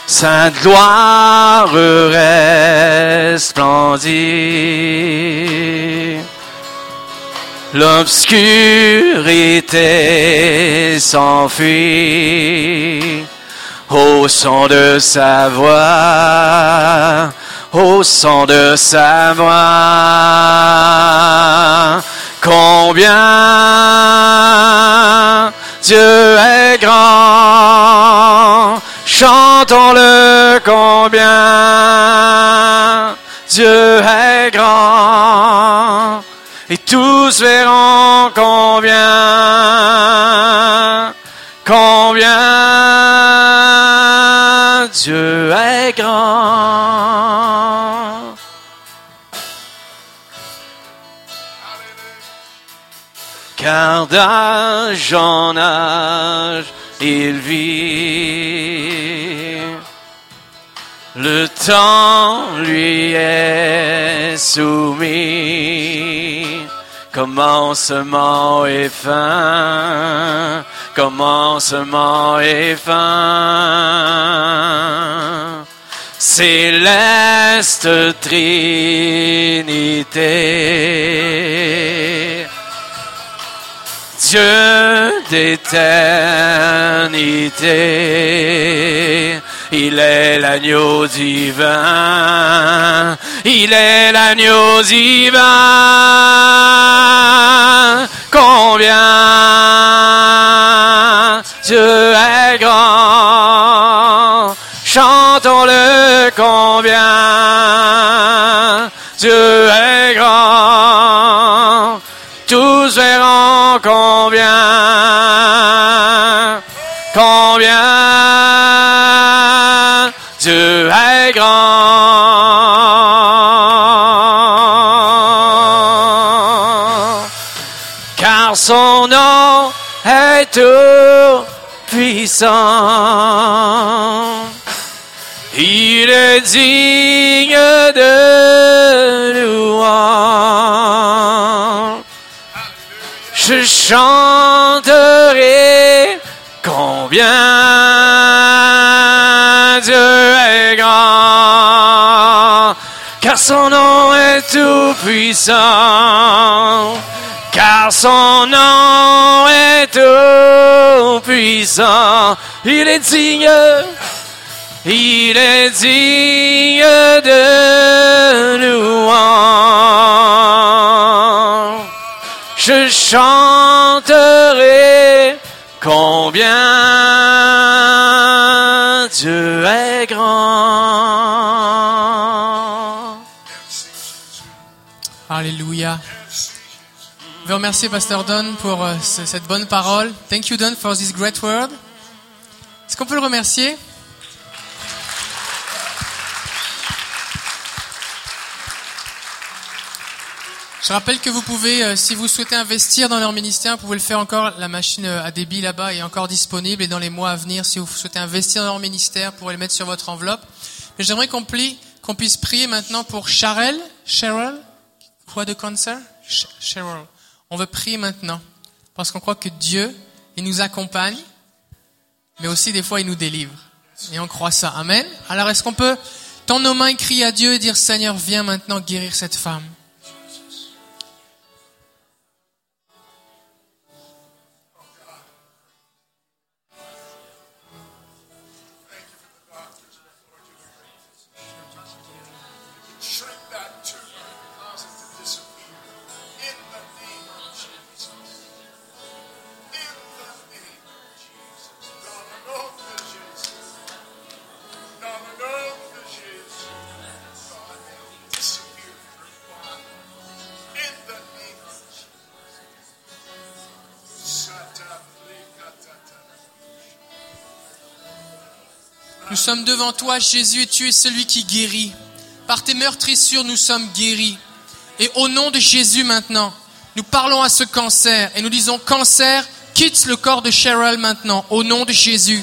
Speaker 6: Sainte gloire resplendit. L'obscurité s'enfuit au son de sa voix, au son de sa voix. Combien Dieu est grand, chantons-le combien Dieu est grand et tous verront combien, combien Dieu est grand. Car d'âge en âge, il vit. Le temps lui est soumis. Commencement et fin, commencement et fin. Céleste Trinité. Dieu d'éternité. Il est l'agneau divin. Il est l'agneau divin. Combien Dieu est grand. Chantons-le combien Dieu est grand. Tous verront combien Combien Dieu est grand Car son nom est tout puissant Il est digne de louange je chanterai combien Dieu est grand, car son nom est tout puissant, car son nom est tout puissant, il est digne, il est digne de louange je chanterai combien Dieu est grand.
Speaker 3: Alléluia. Je veux remercier Pasteur Don pour euh, ce- cette bonne parole. Thank you Don for this great word. Est-ce qu'on peut le remercier Je rappelle que vous pouvez, euh, si vous souhaitez investir dans leur ministère, vous pouvez le faire encore. La machine euh, à débit là-bas est encore disponible et dans les mois à venir, si vous souhaitez investir dans leur ministère, vous pourrez le mettre sur votre enveloppe. Mais j'aimerais qu'on plie- qu'on puisse prier maintenant pour Cheryl, Cheryl, quoi de cancer Ch- Cheryl. On veut prier maintenant parce qu'on croit que Dieu, il nous accompagne, mais aussi des fois il nous délivre. Et on croit ça. Amen. Alors est-ce qu'on peut tendre nos mains et crier à Dieu et dire Seigneur, viens maintenant guérir cette femme.
Speaker 2: Shrink that tumor and cause it to disappear. In the name of Jesus. In the name of Jesus. Dans le nom de Jésus. Dans le nom de Jésus. God, it'll disappear from her body. In the name of Jesus. Sataplekatata.
Speaker 3: Nous sommes devant toi, Jésus, et tu es celui qui guérit. Par tes meurtrissures, nous sommes guéris. Et au nom de Jésus maintenant, nous parlons à ce cancer et nous disons, cancer, quitte le corps de Cheryl maintenant, au nom de Jésus.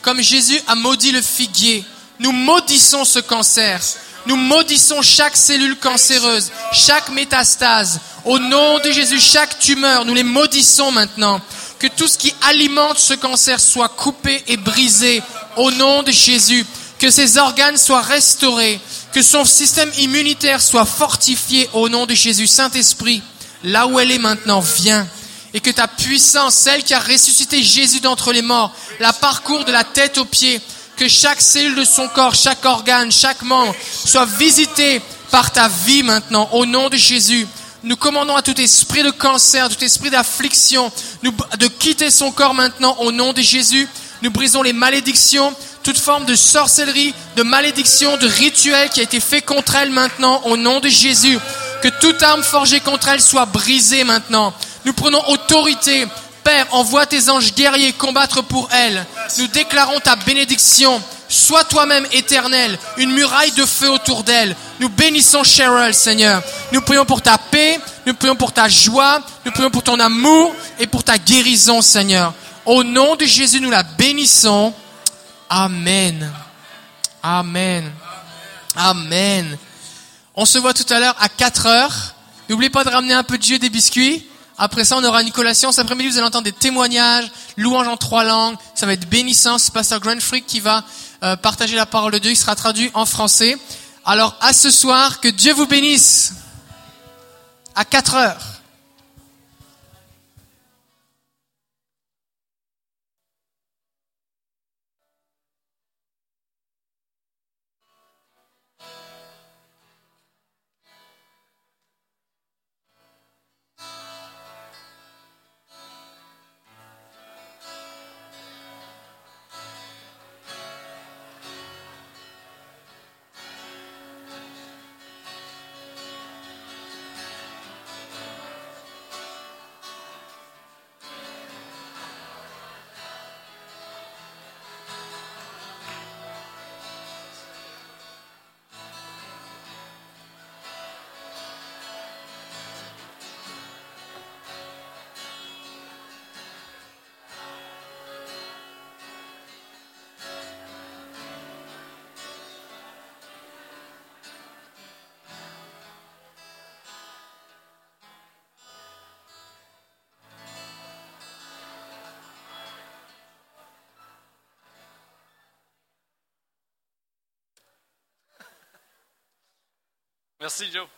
Speaker 3: Comme Jésus a maudit le figuier, nous maudissons ce cancer. Nous maudissons chaque cellule cancéreuse, chaque métastase. Au nom de Jésus, chaque tumeur, nous les maudissons maintenant. Que tout ce qui alimente ce cancer soit coupé et brisé au nom de Jésus. Que ses organes soient restaurés. Que son système immunitaire soit fortifié au nom de Jésus. Saint-Esprit, là où elle est maintenant, viens. Et que ta puissance, celle qui a ressuscité Jésus d'entre les morts, la parcours de la tête aux pieds. Que chaque cellule de son corps, chaque organe, chaque membre soit visité par ta vie maintenant au nom de Jésus. Nous commandons à tout esprit de cancer, tout esprit d'affliction, nous- de quitter son corps maintenant au nom de Jésus. Nous brisons les malédictions, toute forme de sorcellerie, de malédiction, de rituel qui a été fait contre elle maintenant au nom de Jésus. Que toute arme forgée contre elle soit brisée maintenant. Nous prenons autorité. Père, envoie tes anges guerriers combattre pour elle. Nous déclarons ta bénédiction Sois toi-même éternel, une muraille de feu autour d'elle. Nous bénissons Cheryl, Seigneur. Nous prions pour ta paix, nous prions pour ta joie, nous prions pour ton amour et pour ta guérison, Seigneur. Au nom de Jésus, nous la bénissons. Amen. Amen. Amen. On se voit tout à l'heure à 4 heures. N'oubliez pas de ramener un peu de jus et des biscuits. Après ça, on aura une collation. Cet après-midi, vous allez entendre des témoignages, louanges en trois langues. Ça va être bénissant. C'est Pasteur Grandfrick qui va euh, partager la parole de Dieu. Il sera traduit en français. Alors, à ce soir, que Dieu vous bénisse. À 4 heures.
Speaker 7: Merci, Joe.